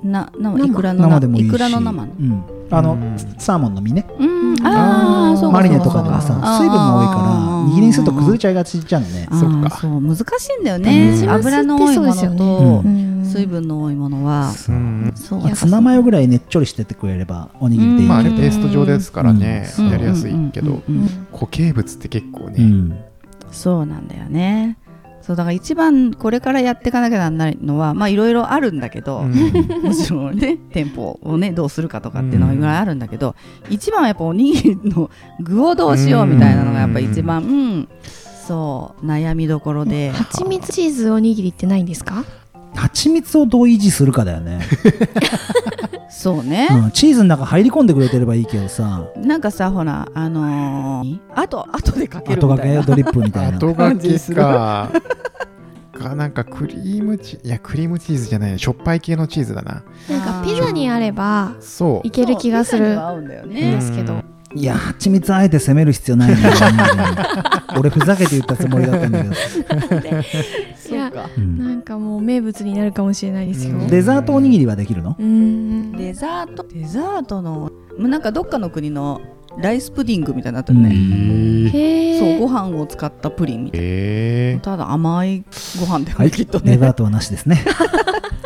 [SPEAKER 3] な生
[SPEAKER 6] 生
[SPEAKER 3] イクラの
[SPEAKER 5] 生でもいいし
[SPEAKER 3] イクラの生の
[SPEAKER 5] うんあの、
[SPEAKER 2] うん
[SPEAKER 5] サーモンの身ね
[SPEAKER 3] うん
[SPEAKER 2] あ
[SPEAKER 3] あ
[SPEAKER 2] ー
[SPEAKER 3] あそうか
[SPEAKER 5] マリネと
[SPEAKER 3] そ
[SPEAKER 5] か
[SPEAKER 3] う
[SPEAKER 5] でも
[SPEAKER 3] か
[SPEAKER 5] さ
[SPEAKER 3] そうか
[SPEAKER 5] 水分が多いか
[SPEAKER 3] あ
[SPEAKER 5] ら
[SPEAKER 3] ー
[SPEAKER 5] 握りにすると崩れちゃいがちじゃんね
[SPEAKER 3] あー
[SPEAKER 2] そっか
[SPEAKER 3] そう難しいんだよね
[SPEAKER 2] うん
[SPEAKER 3] 油の多いも
[SPEAKER 6] そうですよ
[SPEAKER 3] の
[SPEAKER 6] ね
[SPEAKER 3] と
[SPEAKER 5] う
[SPEAKER 3] 水分の多いものは
[SPEAKER 2] うん
[SPEAKER 3] そう
[SPEAKER 5] まあツナマヨぐらいねっちょりしててくれればおにぎりでいい
[SPEAKER 2] まあ
[SPEAKER 5] け
[SPEAKER 2] ね
[SPEAKER 5] ど、
[SPEAKER 2] ペースト状ですからね、
[SPEAKER 5] うん
[SPEAKER 2] やりやすいけど、
[SPEAKER 3] うんうんうんうん
[SPEAKER 2] 固形物って結構
[SPEAKER 5] う
[SPEAKER 2] ね、
[SPEAKER 5] ん
[SPEAKER 3] そうなんだよね。そうだから一番これからやっていかなきゃなんないのはまあいろいろあるんだけど、
[SPEAKER 2] う ん
[SPEAKER 3] もちろんね店舗をねどうするかとかっていうのがいろいろあるんだけど、一番はやっぱおにぎりの具をどうしようみたいなのがやっぱ一番、うんそう悩みどころで
[SPEAKER 6] 蜂蜜チーズおにぎりってないんですか
[SPEAKER 5] 蜂蜜をどう維持するかだよね、
[SPEAKER 3] そうね、
[SPEAKER 5] うん、チーズの中入り込んでくれてればいいけどさ
[SPEAKER 3] なんかさほらあのーあとあとでかける
[SPEAKER 5] 後
[SPEAKER 3] み
[SPEAKER 5] が
[SPEAKER 3] たい
[SPEAKER 5] け
[SPEAKER 3] な。
[SPEAKER 5] ドリップみたいな
[SPEAKER 2] 後掛けかかなんかクリームチーズいやクリームチーズじゃないしょっぱい系のチーズだな
[SPEAKER 6] なんかピザにあれば
[SPEAKER 2] そ
[SPEAKER 6] いける気がす
[SPEAKER 3] そうピザに
[SPEAKER 6] る
[SPEAKER 3] は合うんだよね
[SPEAKER 2] うん
[SPEAKER 6] ですけど、
[SPEAKER 5] いや蜂蜜あえて攻める必要ないんだよね俺ふざけて言ったつもりだったんだけど、
[SPEAKER 6] いや
[SPEAKER 5] う
[SPEAKER 6] なんんかもう名物になるかもしれないですよ、
[SPEAKER 2] うん
[SPEAKER 5] デザートおにぎりはできるの
[SPEAKER 6] うん
[SPEAKER 3] デザートデザートのなんかどっかの国のライスプディングみたいになったよね。
[SPEAKER 2] う
[SPEAKER 6] へえ
[SPEAKER 3] そうご飯を使ったプリンみたい
[SPEAKER 2] え
[SPEAKER 3] なただ甘いご飯だよね、
[SPEAKER 5] はい
[SPEAKER 3] きっと
[SPEAKER 5] デ
[SPEAKER 3] ね
[SPEAKER 5] ザートはなしですね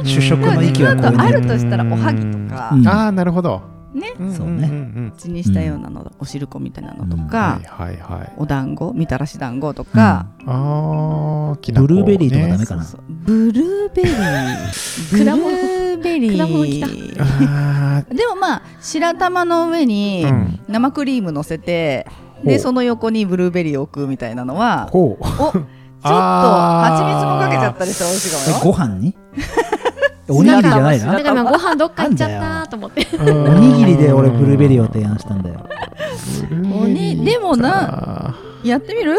[SPEAKER 2] ー、
[SPEAKER 5] 主食の域は
[SPEAKER 3] デザ
[SPEAKER 5] 超
[SPEAKER 3] ー
[SPEAKER 5] え
[SPEAKER 3] ト
[SPEAKER 5] な
[SPEAKER 3] あ
[SPEAKER 5] い
[SPEAKER 3] るとしたらおはぎとか、
[SPEAKER 5] うん
[SPEAKER 2] ああなるほど
[SPEAKER 3] ね
[SPEAKER 2] んんんん
[SPEAKER 5] そうね
[SPEAKER 2] ん
[SPEAKER 3] 口にしたようなの、お汁粉みたいなのとか
[SPEAKER 2] はい、はいはい
[SPEAKER 3] お団子みたらし団子とか、
[SPEAKER 2] ああきな
[SPEAKER 5] ブ
[SPEAKER 2] 粉
[SPEAKER 5] ルーベリーとかダメ
[SPEAKER 2] ね
[SPEAKER 5] かな、
[SPEAKER 3] そうブルーベリー ブル
[SPEAKER 6] 果物
[SPEAKER 3] ーベリ
[SPEAKER 6] 果物き
[SPEAKER 3] ー
[SPEAKER 2] あ
[SPEAKER 3] でもまあ白玉の上に
[SPEAKER 2] ーうん
[SPEAKER 3] 生クリーム乗せて、
[SPEAKER 2] ほ
[SPEAKER 3] で
[SPEAKER 2] う
[SPEAKER 3] その横にブルーベリーを置くみたいなの は
[SPEAKER 2] ほう
[SPEAKER 3] おちょっと蜂蜜もかけちゃったりしたら美味しいかも
[SPEAKER 5] え
[SPEAKER 3] よ
[SPEAKER 5] ご 飯におにぎりじゃない
[SPEAKER 6] な
[SPEAKER 5] なん
[SPEAKER 6] か今ご飯どっか行っちゃったと思って
[SPEAKER 5] おにぎりで俺ブルーベリーを提案したんだよ
[SPEAKER 3] おにでもな
[SPEAKER 2] な
[SPEAKER 3] やってみる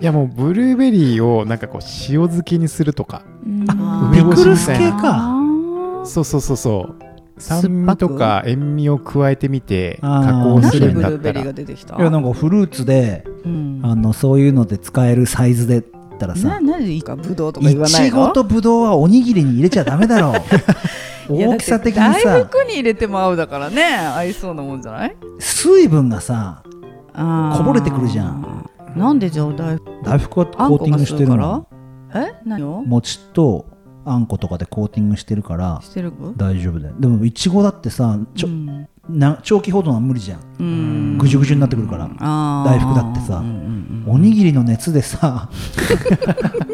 [SPEAKER 2] いやもうブルーベリーをなんかこう塩漬けにするとか
[SPEAKER 3] あ
[SPEAKER 2] 梅干しみたい
[SPEAKER 5] ピクルス系
[SPEAKER 2] な
[SPEAKER 5] か
[SPEAKER 2] そうそうそうそう酸
[SPEAKER 3] 酸っぱ
[SPEAKER 2] 味
[SPEAKER 3] く
[SPEAKER 2] とか塩味を加えてみて
[SPEAKER 5] あー
[SPEAKER 2] 加工
[SPEAKER 5] どう
[SPEAKER 3] なん
[SPEAKER 2] す
[SPEAKER 3] で
[SPEAKER 2] るん
[SPEAKER 3] ブ
[SPEAKER 2] だ
[SPEAKER 3] ル
[SPEAKER 2] っ
[SPEAKER 3] ー
[SPEAKER 2] た
[SPEAKER 3] ベリー
[SPEAKER 2] ら
[SPEAKER 3] が出てきた
[SPEAKER 5] いやなんかフルーツで
[SPEAKER 3] うん
[SPEAKER 5] あのそういうので使えるサイズでったらさ
[SPEAKER 3] ななんでいいかぶどうとか言わ
[SPEAKER 5] い
[SPEAKER 3] ない
[SPEAKER 5] ち
[SPEAKER 3] の
[SPEAKER 5] ごとぶどうはおにぎりに入れちゃダメ だろう
[SPEAKER 3] いや
[SPEAKER 5] 大きさ的
[SPEAKER 3] だっ
[SPEAKER 5] に
[SPEAKER 3] て大
[SPEAKER 5] さ
[SPEAKER 3] 福に入れても合うだからね合いそうなもんじゃない
[SPEAKER 5] 水分がさ
[SPEAKER 3] あー
[SPEAKER 5] こぼれてくるじゃん
[SPEAKER 3] なんでじゃあ大福
[SPEAKER 5] 大福はコ
[SPEAKER 3] あん
[SPEAKER 5] ー
[SPEAKER 3] こ
[SPEAKER 5] ティン
[SPEAKER 3] が
[SPEAKER 5] グ
[SPEAKER 3] す
[SPEAKER 5] して
[SPEAKER 3] る
[SPEAKER 5] る
[SPEAKER 3] か
[SPEAKER 5] の
[SPEAKER 3] らえ何を
[SPEAKER 5] 餅とあんことかでコーティングしてるから
[SPEAKER 3] してる
[SPEAKER 5] 大丈夫だよでもいちごだってさちょ、
[SPEAKER 3] うん
[SPEAKER 5] な長期保存は無理じゃん
[SPEAKER 3] うん
[SPEAKER 5] ぐじゅぐじゅになってくるから
[SPEAKER 3] あー
[SPEAKER 5] 大福だってさ
[SPEAKER 3] うんうんうん
[SPEAKER 5] おにぎりの熱でさ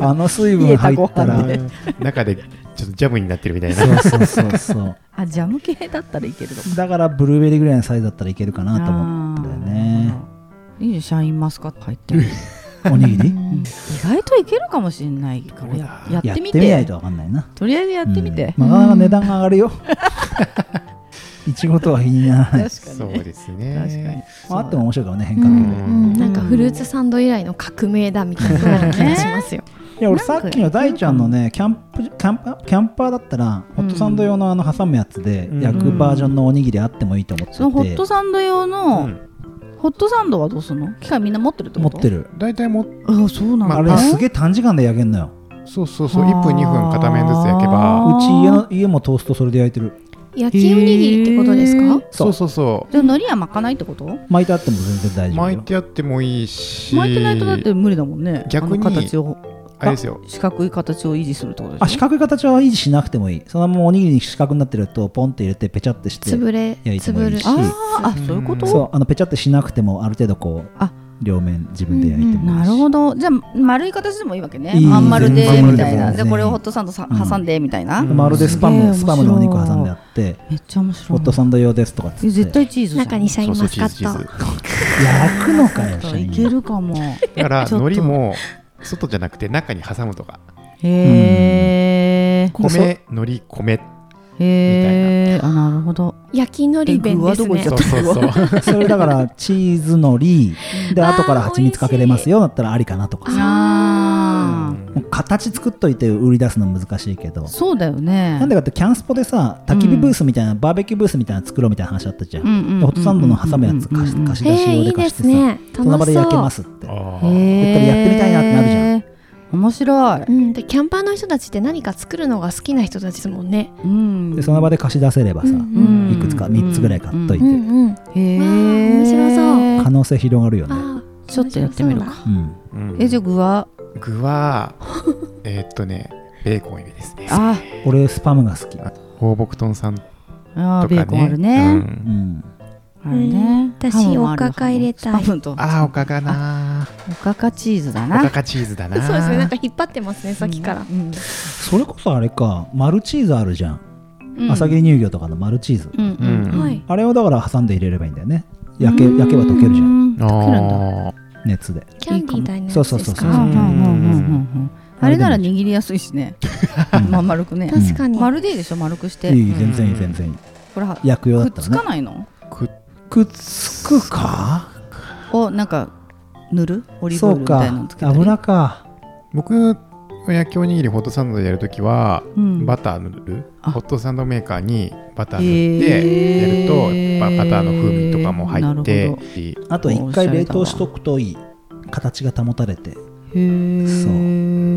[SPEAKER 5] あの水分入ったら
[SPEAKER 3] 冷え
[SPEAKER 2] 中でちょっとジャムになってるみたいな。
[SPEAKER 5] そうそうそうそう
[SPEAKER 3] あジャム系だったらいけるのか
[SPEAKER 5] だからブルーベリーぐらいのサイズだったらいけるかなと思ったよね
[SPEAKER 3] あーいいねシャインマスカット入ってる
[SPEAKER 5] おにぎり
[SPEAKER 3] うん意外といけるかもしれないからやや
[SPEAKER 5] や
[SPEAKER 3] っ
[SPEAKER 5] ってて
[SPEAKER 3] み
[SPEAKER 5] み
[SPEAKER 3] て
[SPEAKER 5] ないとわかんないな
[SPEAKER 3] とりあえずやってみて、
[SPEAKER 5] うんまあなかなか値段が上が るよいちごとは気にならない
[SPEAKER 3] 確かに
[SPEAKER 2] そ
[SPEAKER 3] ね
[SPEAKER 2] うです
[SPEAKER 3] 確かに
[SPEAKER 2] ね。
[SPEAKER 5] まああっても面白いかもね変
[SPEAKER 6] う
[SPEAKER 5] 化球、
[SPEAKER 6] ん
[SPEAKER 5] い
[SPEAKER 6] うんなんかフルーツサンド以来の革命だみたいな気がしますよ。
[SPEAKER 5] や俺
[SPEAKER 3] なんか
[SPEAKER 5] さっきの大ちゃんのねキャンプキャンパキャンパーだったらホットサンド用のあの挟むやつで
[SPEAKER 2] うん
[SPEAKER 5] 焼くバージョンのおにぎりあってもいいと思ってて、
[SPEAKER 3] そのホットサンド用の、
[SPEAKER 2] うん
[SPEAKER 3] ホットサンドはどうすんの機械みんな持ってるって
[SPEAKER 5] 持
[SPEAKER 3] こ
[SPEAKER 5] っ
[SPEAKER 3] と
[SPEAKER 5] てる
[SPEAKER 2] 大体も
[SPEAKER 3] ああそうなんだ、
[SPEAKER 5] あれすげえ短時間で焼けんのよ
[SPEAKER 2] そうそうそう1分2分片面ずつ焼け
[SPEAKER 3] あ
[SPEAKER 2] ば
[SPEAKER 3] ー
[SPEAKER 5] うち家の家もトーストそれで焼いてる
[SPEAKER 6] 焼きおにぎりってことです
[SPEAKER 3] へ
[SPEAKER 6] か
[SPEAKER 3] ー？
[SPEAKER 2] そうそうそ
[SPEAKER 3] じゃあ海苔は巻かないってこと
[SPEAKER 5] 巻いてあっても全然
[SPEAKER 2] う
[SPEAKER 5] 大丈夫
[SPEAKER 2] 巻い
[SPEAKER 5] よ
[SPEAKER 2] てあってもいいし
[SPEAKER 3] 巻いてないとだって無理だもんね
[SPEAKER 2] 逆に
[SPEAKER 3] あの形を
[SPEAKER 2] あれですよ
[SPEAKER 3] 四角い形を維持するってことです
[SPEAKER 5] あ四角い形は維持しなくてもいいそのままおにぎりに四角になってるとポンって入れてペチャってして
[SPEAKER 6] 潰れ
[SPEAKER 5] 焼いても
[SPEAKER 6] 潰
[SPEAKER 5] いい
[SPEAKER 6] る
[SPEAKER 5] し
[SPEAKER 3] あーあそういうこと
[SPEAKER 5] そうあのペチャってしなくてもある程度こう
[SPEAKER 3] あ
[SPEAKER 5] 両面自分で焼いてもい
[SPEAKER 3] ない
[SPEAKER 5] し、
[SPEAKER 3] るほどじゃあ丸い形でもいいわけね
[SPEAKER 5] いい
[SPEAKER 3] まん丸で
[SPEAKER 2] 全然
[SPEAKER 3] みたい
[SPEAKER 5] まん丸で
[SPEAKER 3] な
[SPEAKER 5] も
[SPEAKER 3] じゃあこれをホットサンドさ、
[SPEAKER 5] うん
[SPEAKER 3] 挟んでみたいな、
[SPEAKER 2] うん
[SPEAKER 5] まるでスパ
[SPEAKER 3] すげえ
[SPEAKER 5] ム
[SPEAKER 3] 面白い
[SPEAKER 5] スパムのお肉挟んであって
[SPEAKER 3] めっちゃ面白
[SPEAKER 5] ホ
[SPEAKER 3] い
[SPEAKER 5] ットサンド用ですとかっつって
[SPEAKER 3] え絶対チーズじゃん
[SPEAKER 6] 中にシャイ
[SPEAKER 2] そ
[SPEAKER 6] ン
[SPEAKER 2] うそう
[SPEAKER 6] マス
[SPEAKER 2] チ
[SPEAKER 6] カ
[SPEAKER 2] ーズチ
[SPEAKER 6] ッ
[SPEAKER 2] ー
[SPEAKER 6] ト
[SPEAKER 2] ズ。
[SPEAKER 5] 焼くのかよ
[SPEAKER 3] そ
[SPEAKER 5] シ
[SPEAKER 3] う
[SPEAKER 5] ャイ
[SPEAKER 3] い
[SPEAKER 5] ン
[SPEAKER 3] けるかも
[SPEAKER 2] だから
[SPEAKER 3] ちょっと
[SPEAKER 2] 海苔も外じゃなくて中に挟むとか
[SPEAKER 3] へー
[SPEAKER 2] 米海苔米
[SPEAKER 3] へえあなるほど
[SPEAKER 6] 焼き海苔弁ですね
[SPEAKER 3] ちょ。
[SPEAKER 2] そ
[SPEAKER 3] っ
[SPEAKER 2] う
[SPEAKER 3] と
[SPEAKER 2] そうそう
[SPEAKER 5] それだからチーズのりで
[SPEAKER 6] あー
[SPEAKER 5] 後から蜂蜜かけれますよだったらありかなとかさ
[SPEAKER 3] あー
[SPEAKER 5] もう形作っといて売り出すの難しいけど
[SPEAKER 3] そうだよね
[SPEAKER 5] なんでかってキャンスポでさ焚き火ブースみたいな、バーベキューブースみたいなの作ろうみたいな話あったじゃん,、
[SPEAKER 3] うんうんうんうんうんうん
[SPEAKER 5] ホットサンドの挟むやつ貸し貸し
[SPEAKER 6] え
[SPEAKER 5] 出し用
[SPEAKER 6] ーい
[SPEAKER 5] で
[SPEAKER 6] いで
[SPEAKER 5] 貸して
[SPEAKER 6] す
[SPEAKER 5] さ、
[SPEAKER 6] ね。
[SPEAKER 5] その場
[SPEAKER 6] 楽
[SPEAKER 5] で
[SPEAKER 6] し
[SPEAKER 5] 焼け
[SPEAKER 6] そ
[SPEAKER 5] ま
[SPEAKER 6] う。
[SPEAKER 5] すって
[SPEAKER 2] あー
[SPEAKER 3] へ
[SPEAKER 5] やっぱりやってみたいなってなるじゃん
[SPEAKER 3] ん面白い
[SPEAKER 6] うん、でキャンパーの人たちって何か作るのが好きな人たちですもんね。
[SPEAKER 3] うん
[SPEAKER 5] でその場で貸し出せればさ、
[SPEAKER 6] うん
[SPEAKER 5] いくつか3つぐらい買っといて、
[SPEAKER 6] うんうん。
[SPEAKER 3] へえ
[SPEAKER 6] わあ面白そう
[SPEAKER 5] 可能性広がるよね、
[SPEAKER 6] あー
[SPEAKER 3] ちょっとやってみるか
[SPEAKER 6] 面白
[SPEAKER 5] うん、
[SPEAKER 2] うん
[SPEAKER 3] えじゃあ具は
[SPEAKER 2] 具はえーっとねベーコン入りですね
[SPEAKER 3] あ
[SPEAKER 5] 俺スパムが好き、
[SPEAKER 2] 放牧豚さんと
[SPEAKER 3] あ
[SPEAKER 2] かね
[SPEAKER 3] ーベーコンある
[SPEAKER 2] う
[SPEAKER 3] ね
[SPEAKER 5] うんん、
[SPEAKER 3] あるね
[SPEAKER 6] うん私
[SPEAKER 3] ハムもある
[SPEAKER 6] おかか入れたい
[SPEAKER 3] ハムと
[SPEAKER 2] あーおかかな
[SPEAKER 3] おかかチーズだ
[SPEAKER 2] おか
[SPEAKER 3] な
[SPEAKER 2] かチーズだ
[SPEAKER 6] そう
[SPEAKER 2] な
[SPEAKER 6] そうですね。なんか引っ張ってますね、さっきから。
[SPEAKER 5] それこそあれかマルチーズあるじゃん、
[SPEAKER 3] うん
[SPEAKER 5] 朝霧乳業とかのマルチーズ、
[SPEAKER 3] うんうんうん
[SPEAKER 6] はい。
[SPEAKER 5] あれをだから挟んで入れればいいんだよね焼け焼けば溶けるじゃん
[SPEAKER 3] ん溶けるんだ
[SPEAKER 2] あ
[SPEAKER 5] 熱で
[SPEAKER 6] キャンディーみたいなやつ
[SPEAKER 5] そう
[SPEAKER 6] ですか。
[SPEAKER 5] そうそうそう
[SPEAKER 3] うんうんうんうんうんあれなら握りやすいしね
[SPEAKER 5] うん
[SPEAKER 3] まあ丸くね
[SPEAKER 6] 確かに。
[SPEAKER 3] 丸でいいでしょ丸くして
[SPEAKER 5] いい全然いい全然いい
[SPEAKER 3] これは
[SPEAKER 5] 焼くよう
[SPEAKER 3] くっ
[SPEAKER 5] だった
[SPEAKER 3] つ
[SPEAKER 5] ら
[SPEAKER 3] か
[SPEAKER 5] ね
[SPEAKER 3] ないの
[SPEAKER 5] くっつくか
[SPEAKER 3] をなんか塗るオリーブ
[SPEAKER 5] そ
[SPEAKER 3] オイル
[SPEAKER 5] う
[SPEAKER 3] みたいな
[SPEAKER 5] か
[SPEAKER 3] のつけたり
[SPEAKER 5] 油か
[SPEAKER 2] 僕焼きおにぎりホットサンドでやるときは
[SPEAKER 3] うん
[SPEAKER 2] バター塗る
[SPEAKER 3] あ
[SPEAKER 2] ホットサンドメーカーにバター塗ってや
[SPEAKER 3] へ
[SPEAKER 2] る
[SPEAKER 3] ー
[SPEAKER 2] とやっぱバターの風味とかも入って
[SPEAKER 3] なるほ
[SPEAKER 5] あと一回冷凍しとくといい形が保たれて
[SPEAKER 3] へえ
[SPEAKER 5] そ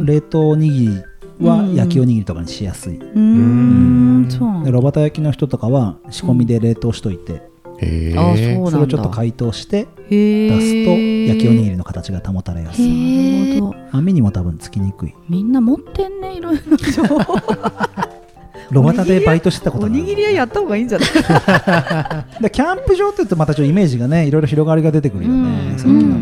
[SPEAKER 5] う冷凍おにぎりは焼きおにぎりとかにしやすい、
[SPEAKER 3] うーんそうなんだ
[SPEAKER 5] でロバタ焼きの人とかは仕込みで冷凍しといて、
[SPEAKER 2] へ
[SPEAKER 3] あ
[SPEAKER 2] ー
[SPEAKER 3] そうなんだ
[SPEAKER 5] それをちょっと解凍して
[SPEAKER 3] へ
[SPEAKER 5] 出
[SPEAKER 3] ー
[SPEAKER 5] すと焼きおにぎりの形が保たれやすい
[SPEAKER 3] な
[SPEAKER 6] へ
[SPEAKER 3] る
[SPEAKER 6] ー
[SPEAKER 3] ほど
[SPEAKER 5] 網にも多分つきにくい
[SPEAKER 3] みんな持ってんねいろいろ情報
[SPEAKER 5] ロバタでバイトしてたこと
[SPEAKER 3] お
[SPEAKER 5] がある
[SPEAKER 3] にぎりはやった方がいいんじゃない
[SPEAKER 5] でキャンプ場って言うとまたちょっとイメージがねいろいろ広がりが出てくるよね、さっき
[SPEAKER 3] うんう
[SPEAKER 5] の、
[SPEAKER 3] んう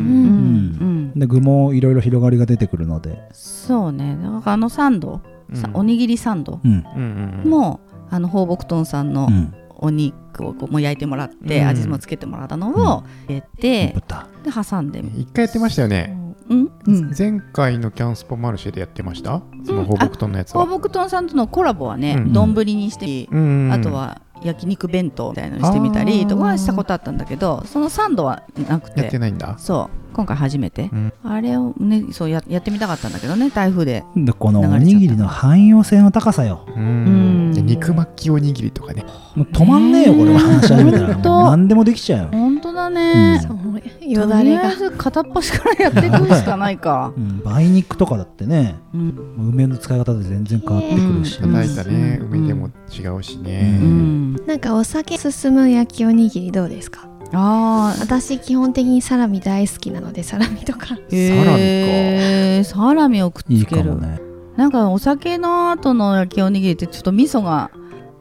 [SPEAKER 3] ん
[SPEAKER 5] で具もいろいろ広がりが出てくるので、
[SPEAKER 3] そうねなんかあのサンドさ
[SPEAKER 2] うん
[SPEAKER 3] おにぎりサンド
[SPEAKER 5] うん
[SPEAKER 2] うんうんうん
[SPEAKER 3] もあの放牧豚さんの
[SPEAKER 5] うん、
[SPEAKER 3] お肉をこうもう焼いてもらって
[SPEAKER 2] うん
[SPEAKER 3] 味もつけてもらったのを入れて
[SPEAKER 5] 豚
[SPEAKER 3] で挟んで
[SPEAKER 2] 一回やってましたよね
[SPEAKER 3] うんうん
[SPEAKER 2] 前回のキャンスポマルシェでやってましたその放牧豚のやつ
[SPEAKER 3] 放
[SPEAKER 2] は
[SPEAKER 3] 牧豚さんとのコラボはね
[SPEAKER 2] うん
[SPEAKER 3] 丼にして
[SPEAKER 2] うんうん
[SPEAKER 3] あとは焼肉弁当みたいなのにしてみたりとかはしたことあったんだけどそのサンドはなく
[SPEAKER 2] やって
[SPEAKER 3] て
[SPEAKER 2] ないんだ
[SPEAKER 3] そう今回初めて
[SPEAKER 2] うん
[SPEAKER 3] あれをねそうややってみたかったんだけどね台風で
[SPEAKER 5] でこの
[SPEAKER 3] 流れちゃ
[SPEAKER 5] お
[SPEAKER 3] った
[SPEAKER 5] にぎりの汎用性の高さよ
[SPEAKER 2] うん
[SPEAKER 3] うん
[SPEAKER 2] で肉巻きおにぎりとかね
[SPEAKER 5] もう止まんねえよこれは話し始めたら
[SPEAKER 3] ほんと
[SPEAKER 5] もう何でもできちゃうよ、
[SPEAKER 3] 本当だね
[SPEAKER 5] う、
[SPEAKER 6] そうよだれ
[SPEAKER 3] とりあ
[SPEAKER 6] が
[SPEAKER 3] え。ず片っ端からやっていくしかないか
[SPEAKER 5] うん、梅肉とかだってね
[SPEAKER 3] うん
[SPEAKER 5] 梅の使い方で全然変わってくるし、
[SPEAKER 3] うん
[SPEAKER 2] 叩いたね
[SPEAKER 3] うん
[SPEAKER 2] 梅でも違うし
[SPEAKER 3] う
[SPEAKER 2] ね
[SPEAKER 3] ん、
[SPEAKER 6] なんかお酒進む焼きおにぎりどうですか
[SPEAKER 3] ああ
[SPEAKER 6] 私基本的にサラミ大好きなのでサラミとか
[SPEAKER 2] サラミか
[SPEAKER 3] サラミをくっ
[SPEAKER 5] い
[SPEAKER 3] つ
[SPEAKER 5] い
[SPEAKER 3] け
[SPEAKER 5] かも
[SPEAKER 3] る
[SPEAKER 5] ね
[SPEAKER 3] なんかお酒の後の焼きおにぎりってちょっと味噌が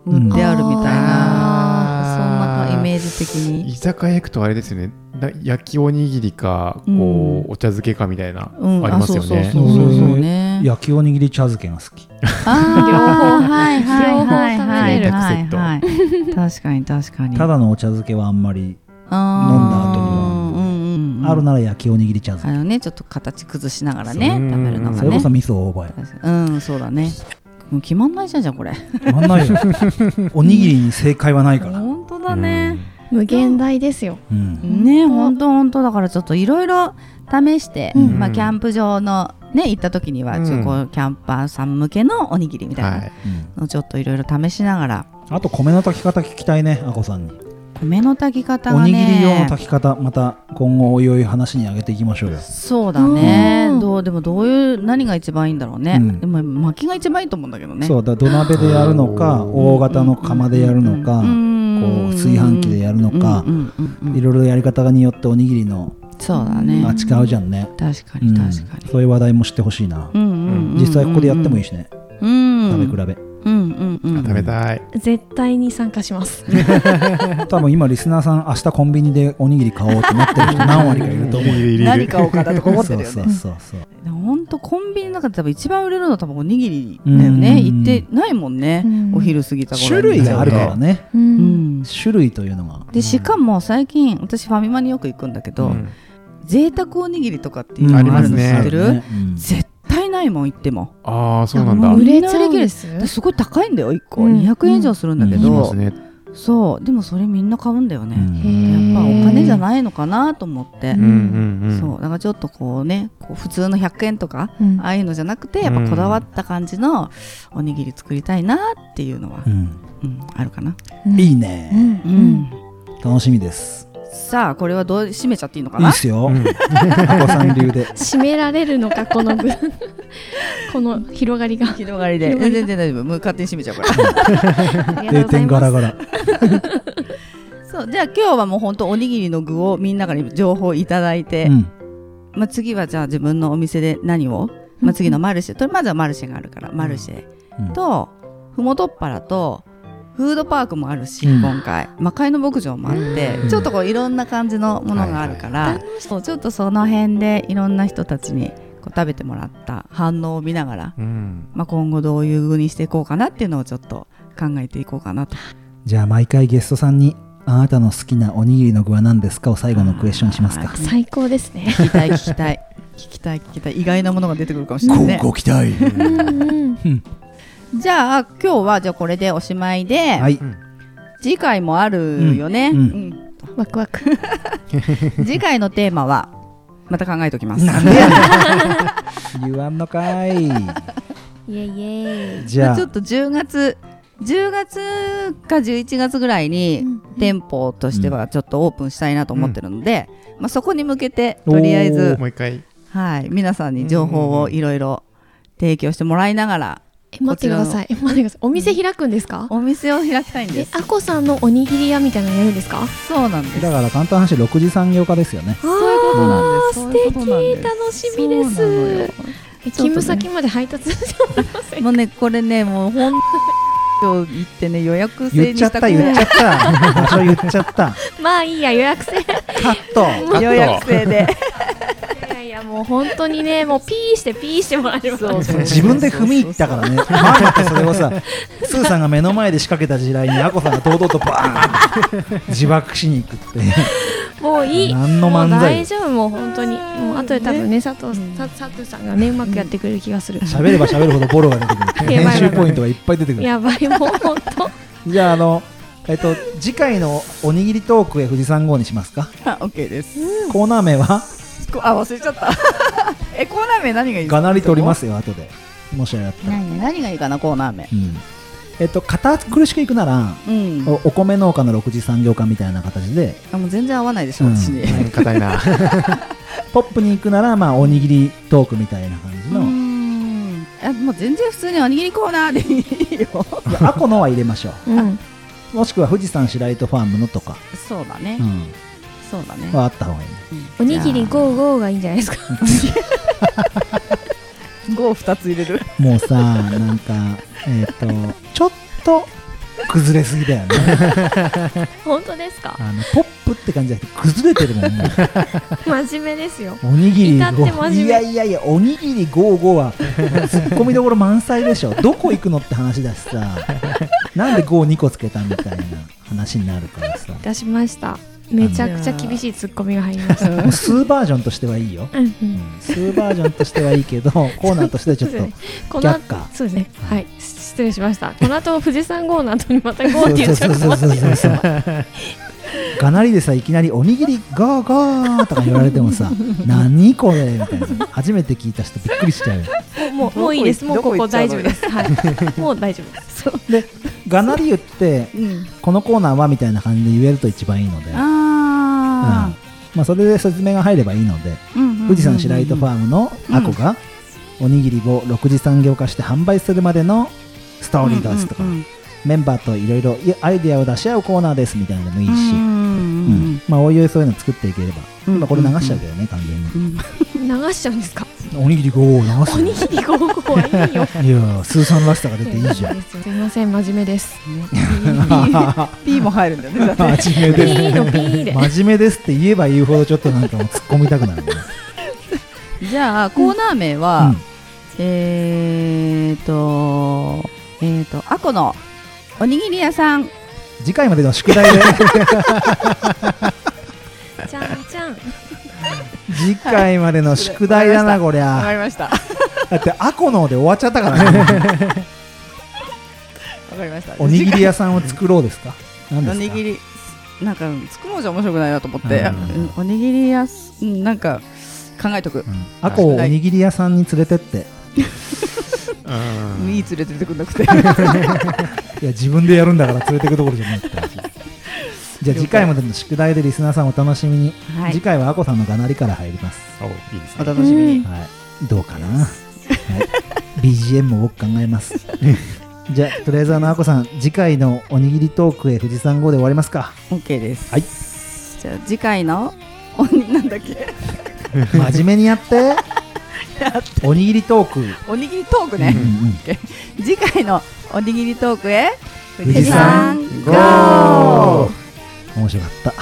[SPEAKER 5] うん
[SPEAKER 3] 塗ってあるみた
[SPEAKER 2] あ
[SPEAKER 3] いな、
[SPEAKER 2] ー
[SPEAKER 3] そんなイメージ的に
[SPEAKER 2] 居酒屋行くとあれですよねな焼きおにぎりかこう、
[SPEAKER 3] うん
[SPEAKER 2] お茶漬けかみたいな、
[SPEAKER 3] うん
[SPEAKER 2] ありますよ
[SPEAKER 3] そうそう
[SPEAKER 2] ね
[SPEAKER 3] そうそうそうね
[SPEAKER 5] 焼きおにぎり茶漬けが好き
[SPEAKER 3] あーはいはいはいはい
[SPEAKER 2] 両
[SPEAKER 3] はい
[SPEAKER 2] 方
[SPEAKER 3] はい確かに確かに
[SPEAKER 5] ただのお茶漬けはあんまり
[SPEAKER 3] あー
[SPEAKER 5] 飲んだ後には
[SPEAKER 3] うんうんうん
[SPEAKER 5] あるなら焼きおにぎり茶
[SPEAKER 3] あ
[SPEAKER 5] 漬
[SPEAKER 3] のねちょっと形崩しながらね
[SPEAKER 2] そう
[SPEAKER 3] 食べるの
[SPEAKER 5] け
[SPEAKER 3] が
[SPEAKER 5] それこ
[SPEAKER 3] ね
[SPEAKER 5] そ味噌オ ーバーや
[SPEAKER 3] 確かにうんそうだねもう決まんないじゃんじゃんこれ
[SPEAKER 5] 決まんないよおにぎりに正解はないから
[SPEAKER 3] 本当だね
[SPEAKER 6] 無限大ですよ。
[SPEAKER 5] うん
[SPEAKER 3] ね本当本当だからちょっといろいろ試して、
[SPEAKER 2] ん
[SPEAKER 3] まあ、キャンプ場のね行った時には、
[SPEAKER 2] うん
[SPEAKER 3] ちょっとこうキャンパーさん向けのおにぎりみたい
[SPEAKER 2] は、
[SPEAKER 3] ない
[SPEAKER 5] うん
[SPEAKER 3] のをちょっといろいろ試しながら
[SPEAKER 5] あと米の炊き方聞きたいねあこさんに
[SPEAKER 3] 米の炊き方
[SPEAKER 5] お
[SPEAKER 3] がね
[SPEAKER 5] にぎり用の炊き方また今後おいおい話に上げていきましょうよ
[SPEAKER 3] そうだね
[SPEAKER 6] うん
[SPEAKER 3] どうでもどういう何が一番いいんだろうね、
[SPEAKER 5] うん
[SPEAKER 3] でも薪が一番いいと思うんだけどね
[SPEAKER 5] そうだ土鍋でやるのか
[SPEAKER 2] おー
[SPEAKER 5] 大型の釜でやるのかこう炊飯器でやるのか
[SPEAKER 3] うんうんうんうん
[SPEAKER 5] いろいろやり方によっておにぎりの
[SPEAKER 3] そうだね
[SPEAKER 5] あ違うじゃんね
[SPEAKER 3] 確か
[SPEAKER 5] う
[SPEAKER 3] に
[SPEAKER 5] ん
[SPEAKER 3] 確かに、
[SPEAKER 5] そういう話題もしてほしいな
[SPEAKER 3] うんうんうんうん
[SPEAKER 5] 実際ここでやってもいい
[SPEAKER 3] し、
[SPEAKER 5] しね
[SPEAKER 3] うん、
[SPEAKER 5] 食べ比べ
[SPEAKER 3] うんうんうん
[SPEAKER 2] 食べたい、
[SPEAKER 6] 絶対に参加します。
[SPEAKER 5] 多分今リスナーさん明日コンビニでおにぎり買おうってなってる人何割かいる と思う
[SPEAKER 2] いるいるいる
[SPEAKER 3] 何買おうかだとか思って
[SPEAKER 5] そ
[SPEAKER 3] る
[SPEAKER 5] う
[SPEAKER 3] よ
[SPEAKER 5] そ
[SPEAKER 3] ね
[SPEAKER 5] うそうそう
[SPEAKER 3] 本当コンビニの中で多分一番売れるのは多分おにぎりだよ
[SPEAKER 5] うん
[SPEAKER 3] ね行ってないもんね、
[SPEAKER 6] うん
[SPEAKER 3] お昼過ぎた頃に
[SPEAKER 5] 種類があるからね
[SPEAKER 6] う。
[SPEAKER 3] うんん
[SPEAKER 5] 種類というのが
[SPEAKER 3] でしかも最近私ファミマによく行くんだけど、
[SPEAKER 2] うん
[SPEAKER 3] 贅沢おにぎりとかっていうの
[SPEAKER 2] あ
[SPEAKER 3] が
[SPEAKER 2] り
[SPEAKER 3] あ
[SPEAKER 2] ま
[SPEAKER 3] る
[SPEAKER 2] す
[SPEAKER 3] の
[SPEAKER 2] ね
[SPEAKER 3] 知ってる、
[SPEAKER 5] うん
[SPEAKER 3] 絶対ないもん行っても
[SPEAKER 2] ああそうなんだ
[SPEAKER 3] いやも
[SPEAKER 6] 売
[SPEAKER 3] う
[SPEAKER 6] れちゃうんです。
[SPEAKER 3] だすごい高いんだよ1個、
[SPEAKER 6] うん
[SPEAKER 3] 200円以上するんだけ
[SPEAKER 5] う
[SPEAKER 2] い
[SPEAKER 3] ど、
[SPEAKER 2] ますね
[SPEAKER 3] そうでもそれみんな買うんだよ
[SPEAKER 5] う
[SPEAKER 3] ね、
[SPEAKER 5] ん
[SPEAKER 3] やっぱお金じゃ
[SPEAKER 6] い。
[SPEAKER 3] ないのかなと思って、
[SPEAKER 2] うんうんうん
[SPEAKER 3] そうだからちょっとこうねこう普通の100円とか
[SPEAKER 6] うん
[SPEAKER 3] ああいうのじゃなくてやっぱこだわった感じのおにぎり作りたいなっていうのは
[SPEAKER 5] う、ん
[SPEAKER 3] うんあるかな、
[SPEAKER 5] いい
[SPEAKER 6] うん
[SPEAKER 5] ね
[SPEAKER 6] う。
[SPEAKER 3] うん
[SPEAKER 5] 楽しみです
[SPEAKER 3] さあこれはどう締めちゃっていいのか
[SPEAKER 5] いい
[SPEAKER 3] な
[SPEAKER 5] っすよ
[SPEAKER 2] うん
[SPEAKER 5] あこさん流で
[SPEAKER 6] 締められるのかこのぐ この広がりが。
[SPEAKER 3] 広がりで全然大丈夫もう勝手に締めちゃうから
[SPEAKER 6] あり
[SPEAKER 5] 定
[SPEAKER 6] がとうござい
[SPEAKER 5] 点ガ
[SPEAKER 6] ます
[SPEAKER 5] ラガラ
[SPEAKER 3] そうじゃあ今日はもう本当おにぎりの具をみんなから情報いただいて、
[SPEAKER 5] うん
[SPEAKER 3] まあ、次はじゃあ自分のお店で何を、まあ、次のマルシェとまずはマルシェがあるからマルシェ
[SPEAKER 5] うん
[SPEAKER 3] とふもとっぱらとフードパークもあるし、
[SPEAKER 5] うん
[SPEAKER 3] 今回魔界の牧場もあって、
[SPEAKER 2] うん
[SPEAKER 3] ちょっとこういろんな感じのものがあるから、そうちょっとその辺でいろんな人たちにこう食べてもらった反応を見ながら、
[SPEAKER 2] うん
[SPEAKER 3] まあ、今後どういう風にしていこうかなっていうのをちょっと考えていこうかなと
[SPEAKER 5] じゃあ毎回ゲストさんに「あなたの好きなおにぎりの具は何ですか?」を最後のクエスチョンしますか
[SPEAKER 3] は
[SPEAKER 6] 最高ですね。
[SPEAKER 3] 聞きたい聞きたい聞きたい聞きたい意外なものが出てくるかもしれないね
[SPEAKER 5] ご期待
[SPEAKER 6] うんうん。
[SPEAKER 3] じゃあ今日はじゃあこれでおしまいで、
[SPEAKER 5] はい
[SPEAKER 3] 次回もあるよね、
[SPEAKER 5] うんう
[SPEAKER 6] ワクワク。
[SPEAKER 3] うん 次回のテーマはまた考えておきます
[SPEAKER 5] なんでやねん言わんのかい
[SPEAKER 6] イエイイエイ。
[SPEAKER 5] じゃあ
[SPEAKER 3] ちょっと10月10月か11月ぐらいに店舗としてはちょっとオープンしたいなと思ってるので、まあ、そこに向けてとりあえず
[SPEAKER 2] も、う一回
[SPEAKER 3] はい、皆さんに情報をいろいろ提供してもらいながら
[SPEAKER 6] え待ってください。え待ってください。お店開くんですか？
[SPEAKER 3] お店を開きたいんで
[SPEAKER 6] え
[SPEAKER 3] す
[SPEAKER 6] あこさんのおにぎり屋みたいなのやるんですか？
[SPEAKER 3] そうなんです
[SPEAKER 5] だから簡単な話6次産業化ですよね
[SPEAKER 3] そういうことなんです
[SPEAKER 6] あー
[SPEAKER 3] そういうことなんです
[SPEAKER 6] 素敵楽しみです
[SPEAKER 3] そうなのよ
[SPEAKER 6] え勤務先まで配達してもらえません
[SPEAKER 3] もうねこれねもう本当行ってね予約制
[SPEAKER 5] 言っ
[SPEAKER 3] に
[SPEAKER 5] ちゃ
[SPEAKER 3] し
[SPEAKER 5] ったた
[SPEAKER 3] く
[SPEAKER 5] 言っ
[SPEAKER 3] らい
[SPEAKER 5] ちゃった場所言っちゃったカ
[SPEAKER 6] まあいいや予約 制。い
[SPEAKER 5] ット
[SPEAKER 2] ゃった
[SPEAKER 3] 予約制で
[SPEAKER 6] やいやもう本当にねもうピーしてピーしてもらえれば。
[SPEAKER 5] 自分で踏み入ったからねママってそれをさスーさんが目の前で仕掛けた時代にあこさんが堂々とバーン自爆しに行くって
[SPEAKER 6] もういい。
[SPEAKER 5] 何の
[SPEAKER 6] もう
[SPEAKER 5] 漫才
[SPEAKER 6] 大丈夫もう本当にもう後で多分ね佐藤さん佐藤さんがねうまくやってくれる気がする。
[SPEAKER 5] 喋れば喋るほどボロが出てくる
[SPEAKER 6] やば
[SPEAKER 5] 編
[SPEAKER 6] い
[SPEAKER 5] 集ポイントがいっぱい出てくる
[SPEAKER 6] や ばいもう本当。
[SPEAKER 5] じゃああのえっと次回のおにぎりトークへ富士山号にしますか
[SPEAKER 3] あ OK です
[SPEAKER 5] コーナー名は
[SPEAKER 3] こあ忘れちゃったえコーナー名何がいいです
[SPEAKER 5] がなり取りますすよ後でもしあれだったら、
[SPEAKER 3] 何何がいいかなコーナー名
[SPEAKER 5] うんえっと堅苦しくいくなら
[SPEAKER 3] うん
[SPEAKER 5] おお米農家の6次産業化みたいな形で
[SPEAKER 3] あもう全然合わないでしょ
[SPEAKER 5] うん
[SPEAKER 3] 私に
[SPEAKER 2] うん硬い な
[SPEAKER 5] ポップに行くならまあおにぎりトークみたいな感じ
[SPEAKER 3] う
[SPEAKER 5] の、い
[SPEAKER 3] んあもう全然普通におにぎりコーナーでいいよ
[SPEAKER 5] やアコのは入れましょ
[SPEAKER 6] うん。
[SPEAKER 5] うもしくは富士山白糸ファームのとか、
[SPEAKER 3] そうだね
[SPEAKER 5] う
[SPEAKER 3] そうだね
[SPEAKER 5] ん、はあった方がいいね
[SPEAKER 3] うん
[SPEAKER 6] おにぎりゴーゴーがいいんじゃないですか。
[SPEAKER 3] 五を二つ入れる。
[SPEAKER 5] もうさなんかえっ、とちょっと崩れすぎだよね
[SPEAKER 6] 本当です か
[SPEAKER 5] あのポップって感じじゃなくて崩れてるもんね
[SPEAKER 6] 真面目ですよ
[SPEAKER 5] おにぎり
[SPEAKER 6] 至って真面目
[SPEAKER 5] いやいやいやおにぎり55はツッコミどころ満載でしょどこ行くのって話だし さなんで52個つけたみたいな話になるからさ
[SPEAKER 6] 出しましためちゃくちゃ厳しいツッコミが入りました
[SPEAKER 5] もう数バージョンとしてはいいよ、
[SPEAKER 6] うんう
[SPEAKER 5] うんん、数バージョンとしてはいい けどコーナーとしてはちょっと
[SPEAKER 6] この後
[SPEAKER 5] 却下
[SPEAKER 6] そうですねはい失礼しましたこの後富士山号の後にまた号って言っちゃうかも
[SPEAKER 5] そうそうそうそうがなりでさいきなり「おにぎりゴーゴー」とか言われても さ「何これ」みたいな初めて聞いた人びっくりしちゃうよ
[SPEAKER 6] もうもういいですもうここ大丈夫ですはいもう大丈夫ですそう
[SPEAKER 5] でがなり言って
[SPEAKER 3] うん。
[SPEAKER 5] 「このコーナーは」みたいな感じで言えると一番いいので、うん
[SPEAKER 3] あ
[SPEAKER 5] まあ、それで説明が入ればいいので
[SPEAKER 3] あ。うんうんうんうん
[SPEAKER 5] 富士山白糸ファームのアコがおにぎりを6次産業化して販売するまでのストーリーですとか、
[SPEAKER 3] うんうん
[SPEAKER 5] メンバーといろいろアイデアを出し合うコーナーですみたいなのでもいいし、
[SPEAKER 3] うんうんうん
[SPEAKER 5] まあおいおいそういうの作っていければ、
[SPEAKER 3] うん
[SPEAKER 5] 今これ流しちゃうけどね完
[SPEAKER 3] う
[SPEAKER 5] 全
[SPEAKER 3] ん
[SPEAKER 6] 流しちゃうんですか
[SPEAKER 5] におにぎり5を流
[SPEAKER 6] おにぎり号号はいいよ
[SPEAKER 5] いやースーさんらしさが出ていい じゃん
[SPEAKER 6] すいません真面目です
[SPEAKER 3] P も入るんだよねだって。
[SPEAKER 5] 真面目
[SPEAKER 6] ピ
[SPEAKER 5] です
[SPEAKER 6] ーのピーで
[SPEAKER 5] 真面目ですって言えば言うほどちょっとなんかもう突っ込みたくなるね、
[SPEAKER 3] じゃあコーナー名
[SPEAKER 5] う
[SPEAKER 3] は
[SPEAKER 5] ん、
[SPEAKER 3] えーとえーとアコのおにぎり屋さん。
[SPEAKER 5] 次回までの宿題 で
[SPEAKER 6] ちゃんちゃん
[SPEAKER 5] 次回までの宿題だなこり
[SPEAKER 3] わか
[SPEAKER 5] ゃ
[SPEAKER 3] りました。わか
[SPEAKER 5] だってアコので終わっちゃったから ね
[SPEAKER 3] りました。
[SPEAKER 5] おにぎり屋さんを作ろうですか何です
[SPEAKER 3] お
[SPEAKER 5] か
[SPEAKER 3] にぎりなんかつくもんじゃ面白くないなと思って、
[SPEAKER 5] う
[SPEAKER 3] うんおにぎりやすうんなんか考えとく、
[SPEAKER 5] アコをおにぎり屋さんに連れてって
[SPEAKER 3] いい連れて出てくんな くて
[SPEAKER 5] いや自分でやるんだから連れてくところじ ゃないって話じゃあ次回までの宿題でリスナーさんお楽しみに、
[SPEAKER 3] はい
[SPEAKER 5] 次回はアコさんのがなりから入ります、
[SPEAKER 2] おいいです
[SPEAKER 3] お
[SPEAKER 2] ね。
[SPEAKER 3] 楽しみに
[SPEAKER 5] はい、どうかな、はい、BGM も僕考えます じゃあとりあえずあのアコさん次回のおにぎりトークへ富士山号で終わりますか
[SPEAKER 3] OK です、
[SPEAKER 5] はい
[SPEAKER 3] じゃあ次回のお になんだっけ
[SPEAKER 5] 真面目に やっておにぎりトーク、
[SPEAKER 3] おにぎりトーク
[SPEAKER 5] うんう
[SPEAKER 3] ね、
[SPEAKER 5] ん
[SPEAKER 3] 次回のおにぎりトークへ
[SPEAKER 5] 富士山
[SPEAKER 3] 富士山 GO!
[SPEAKER 5] 面白かった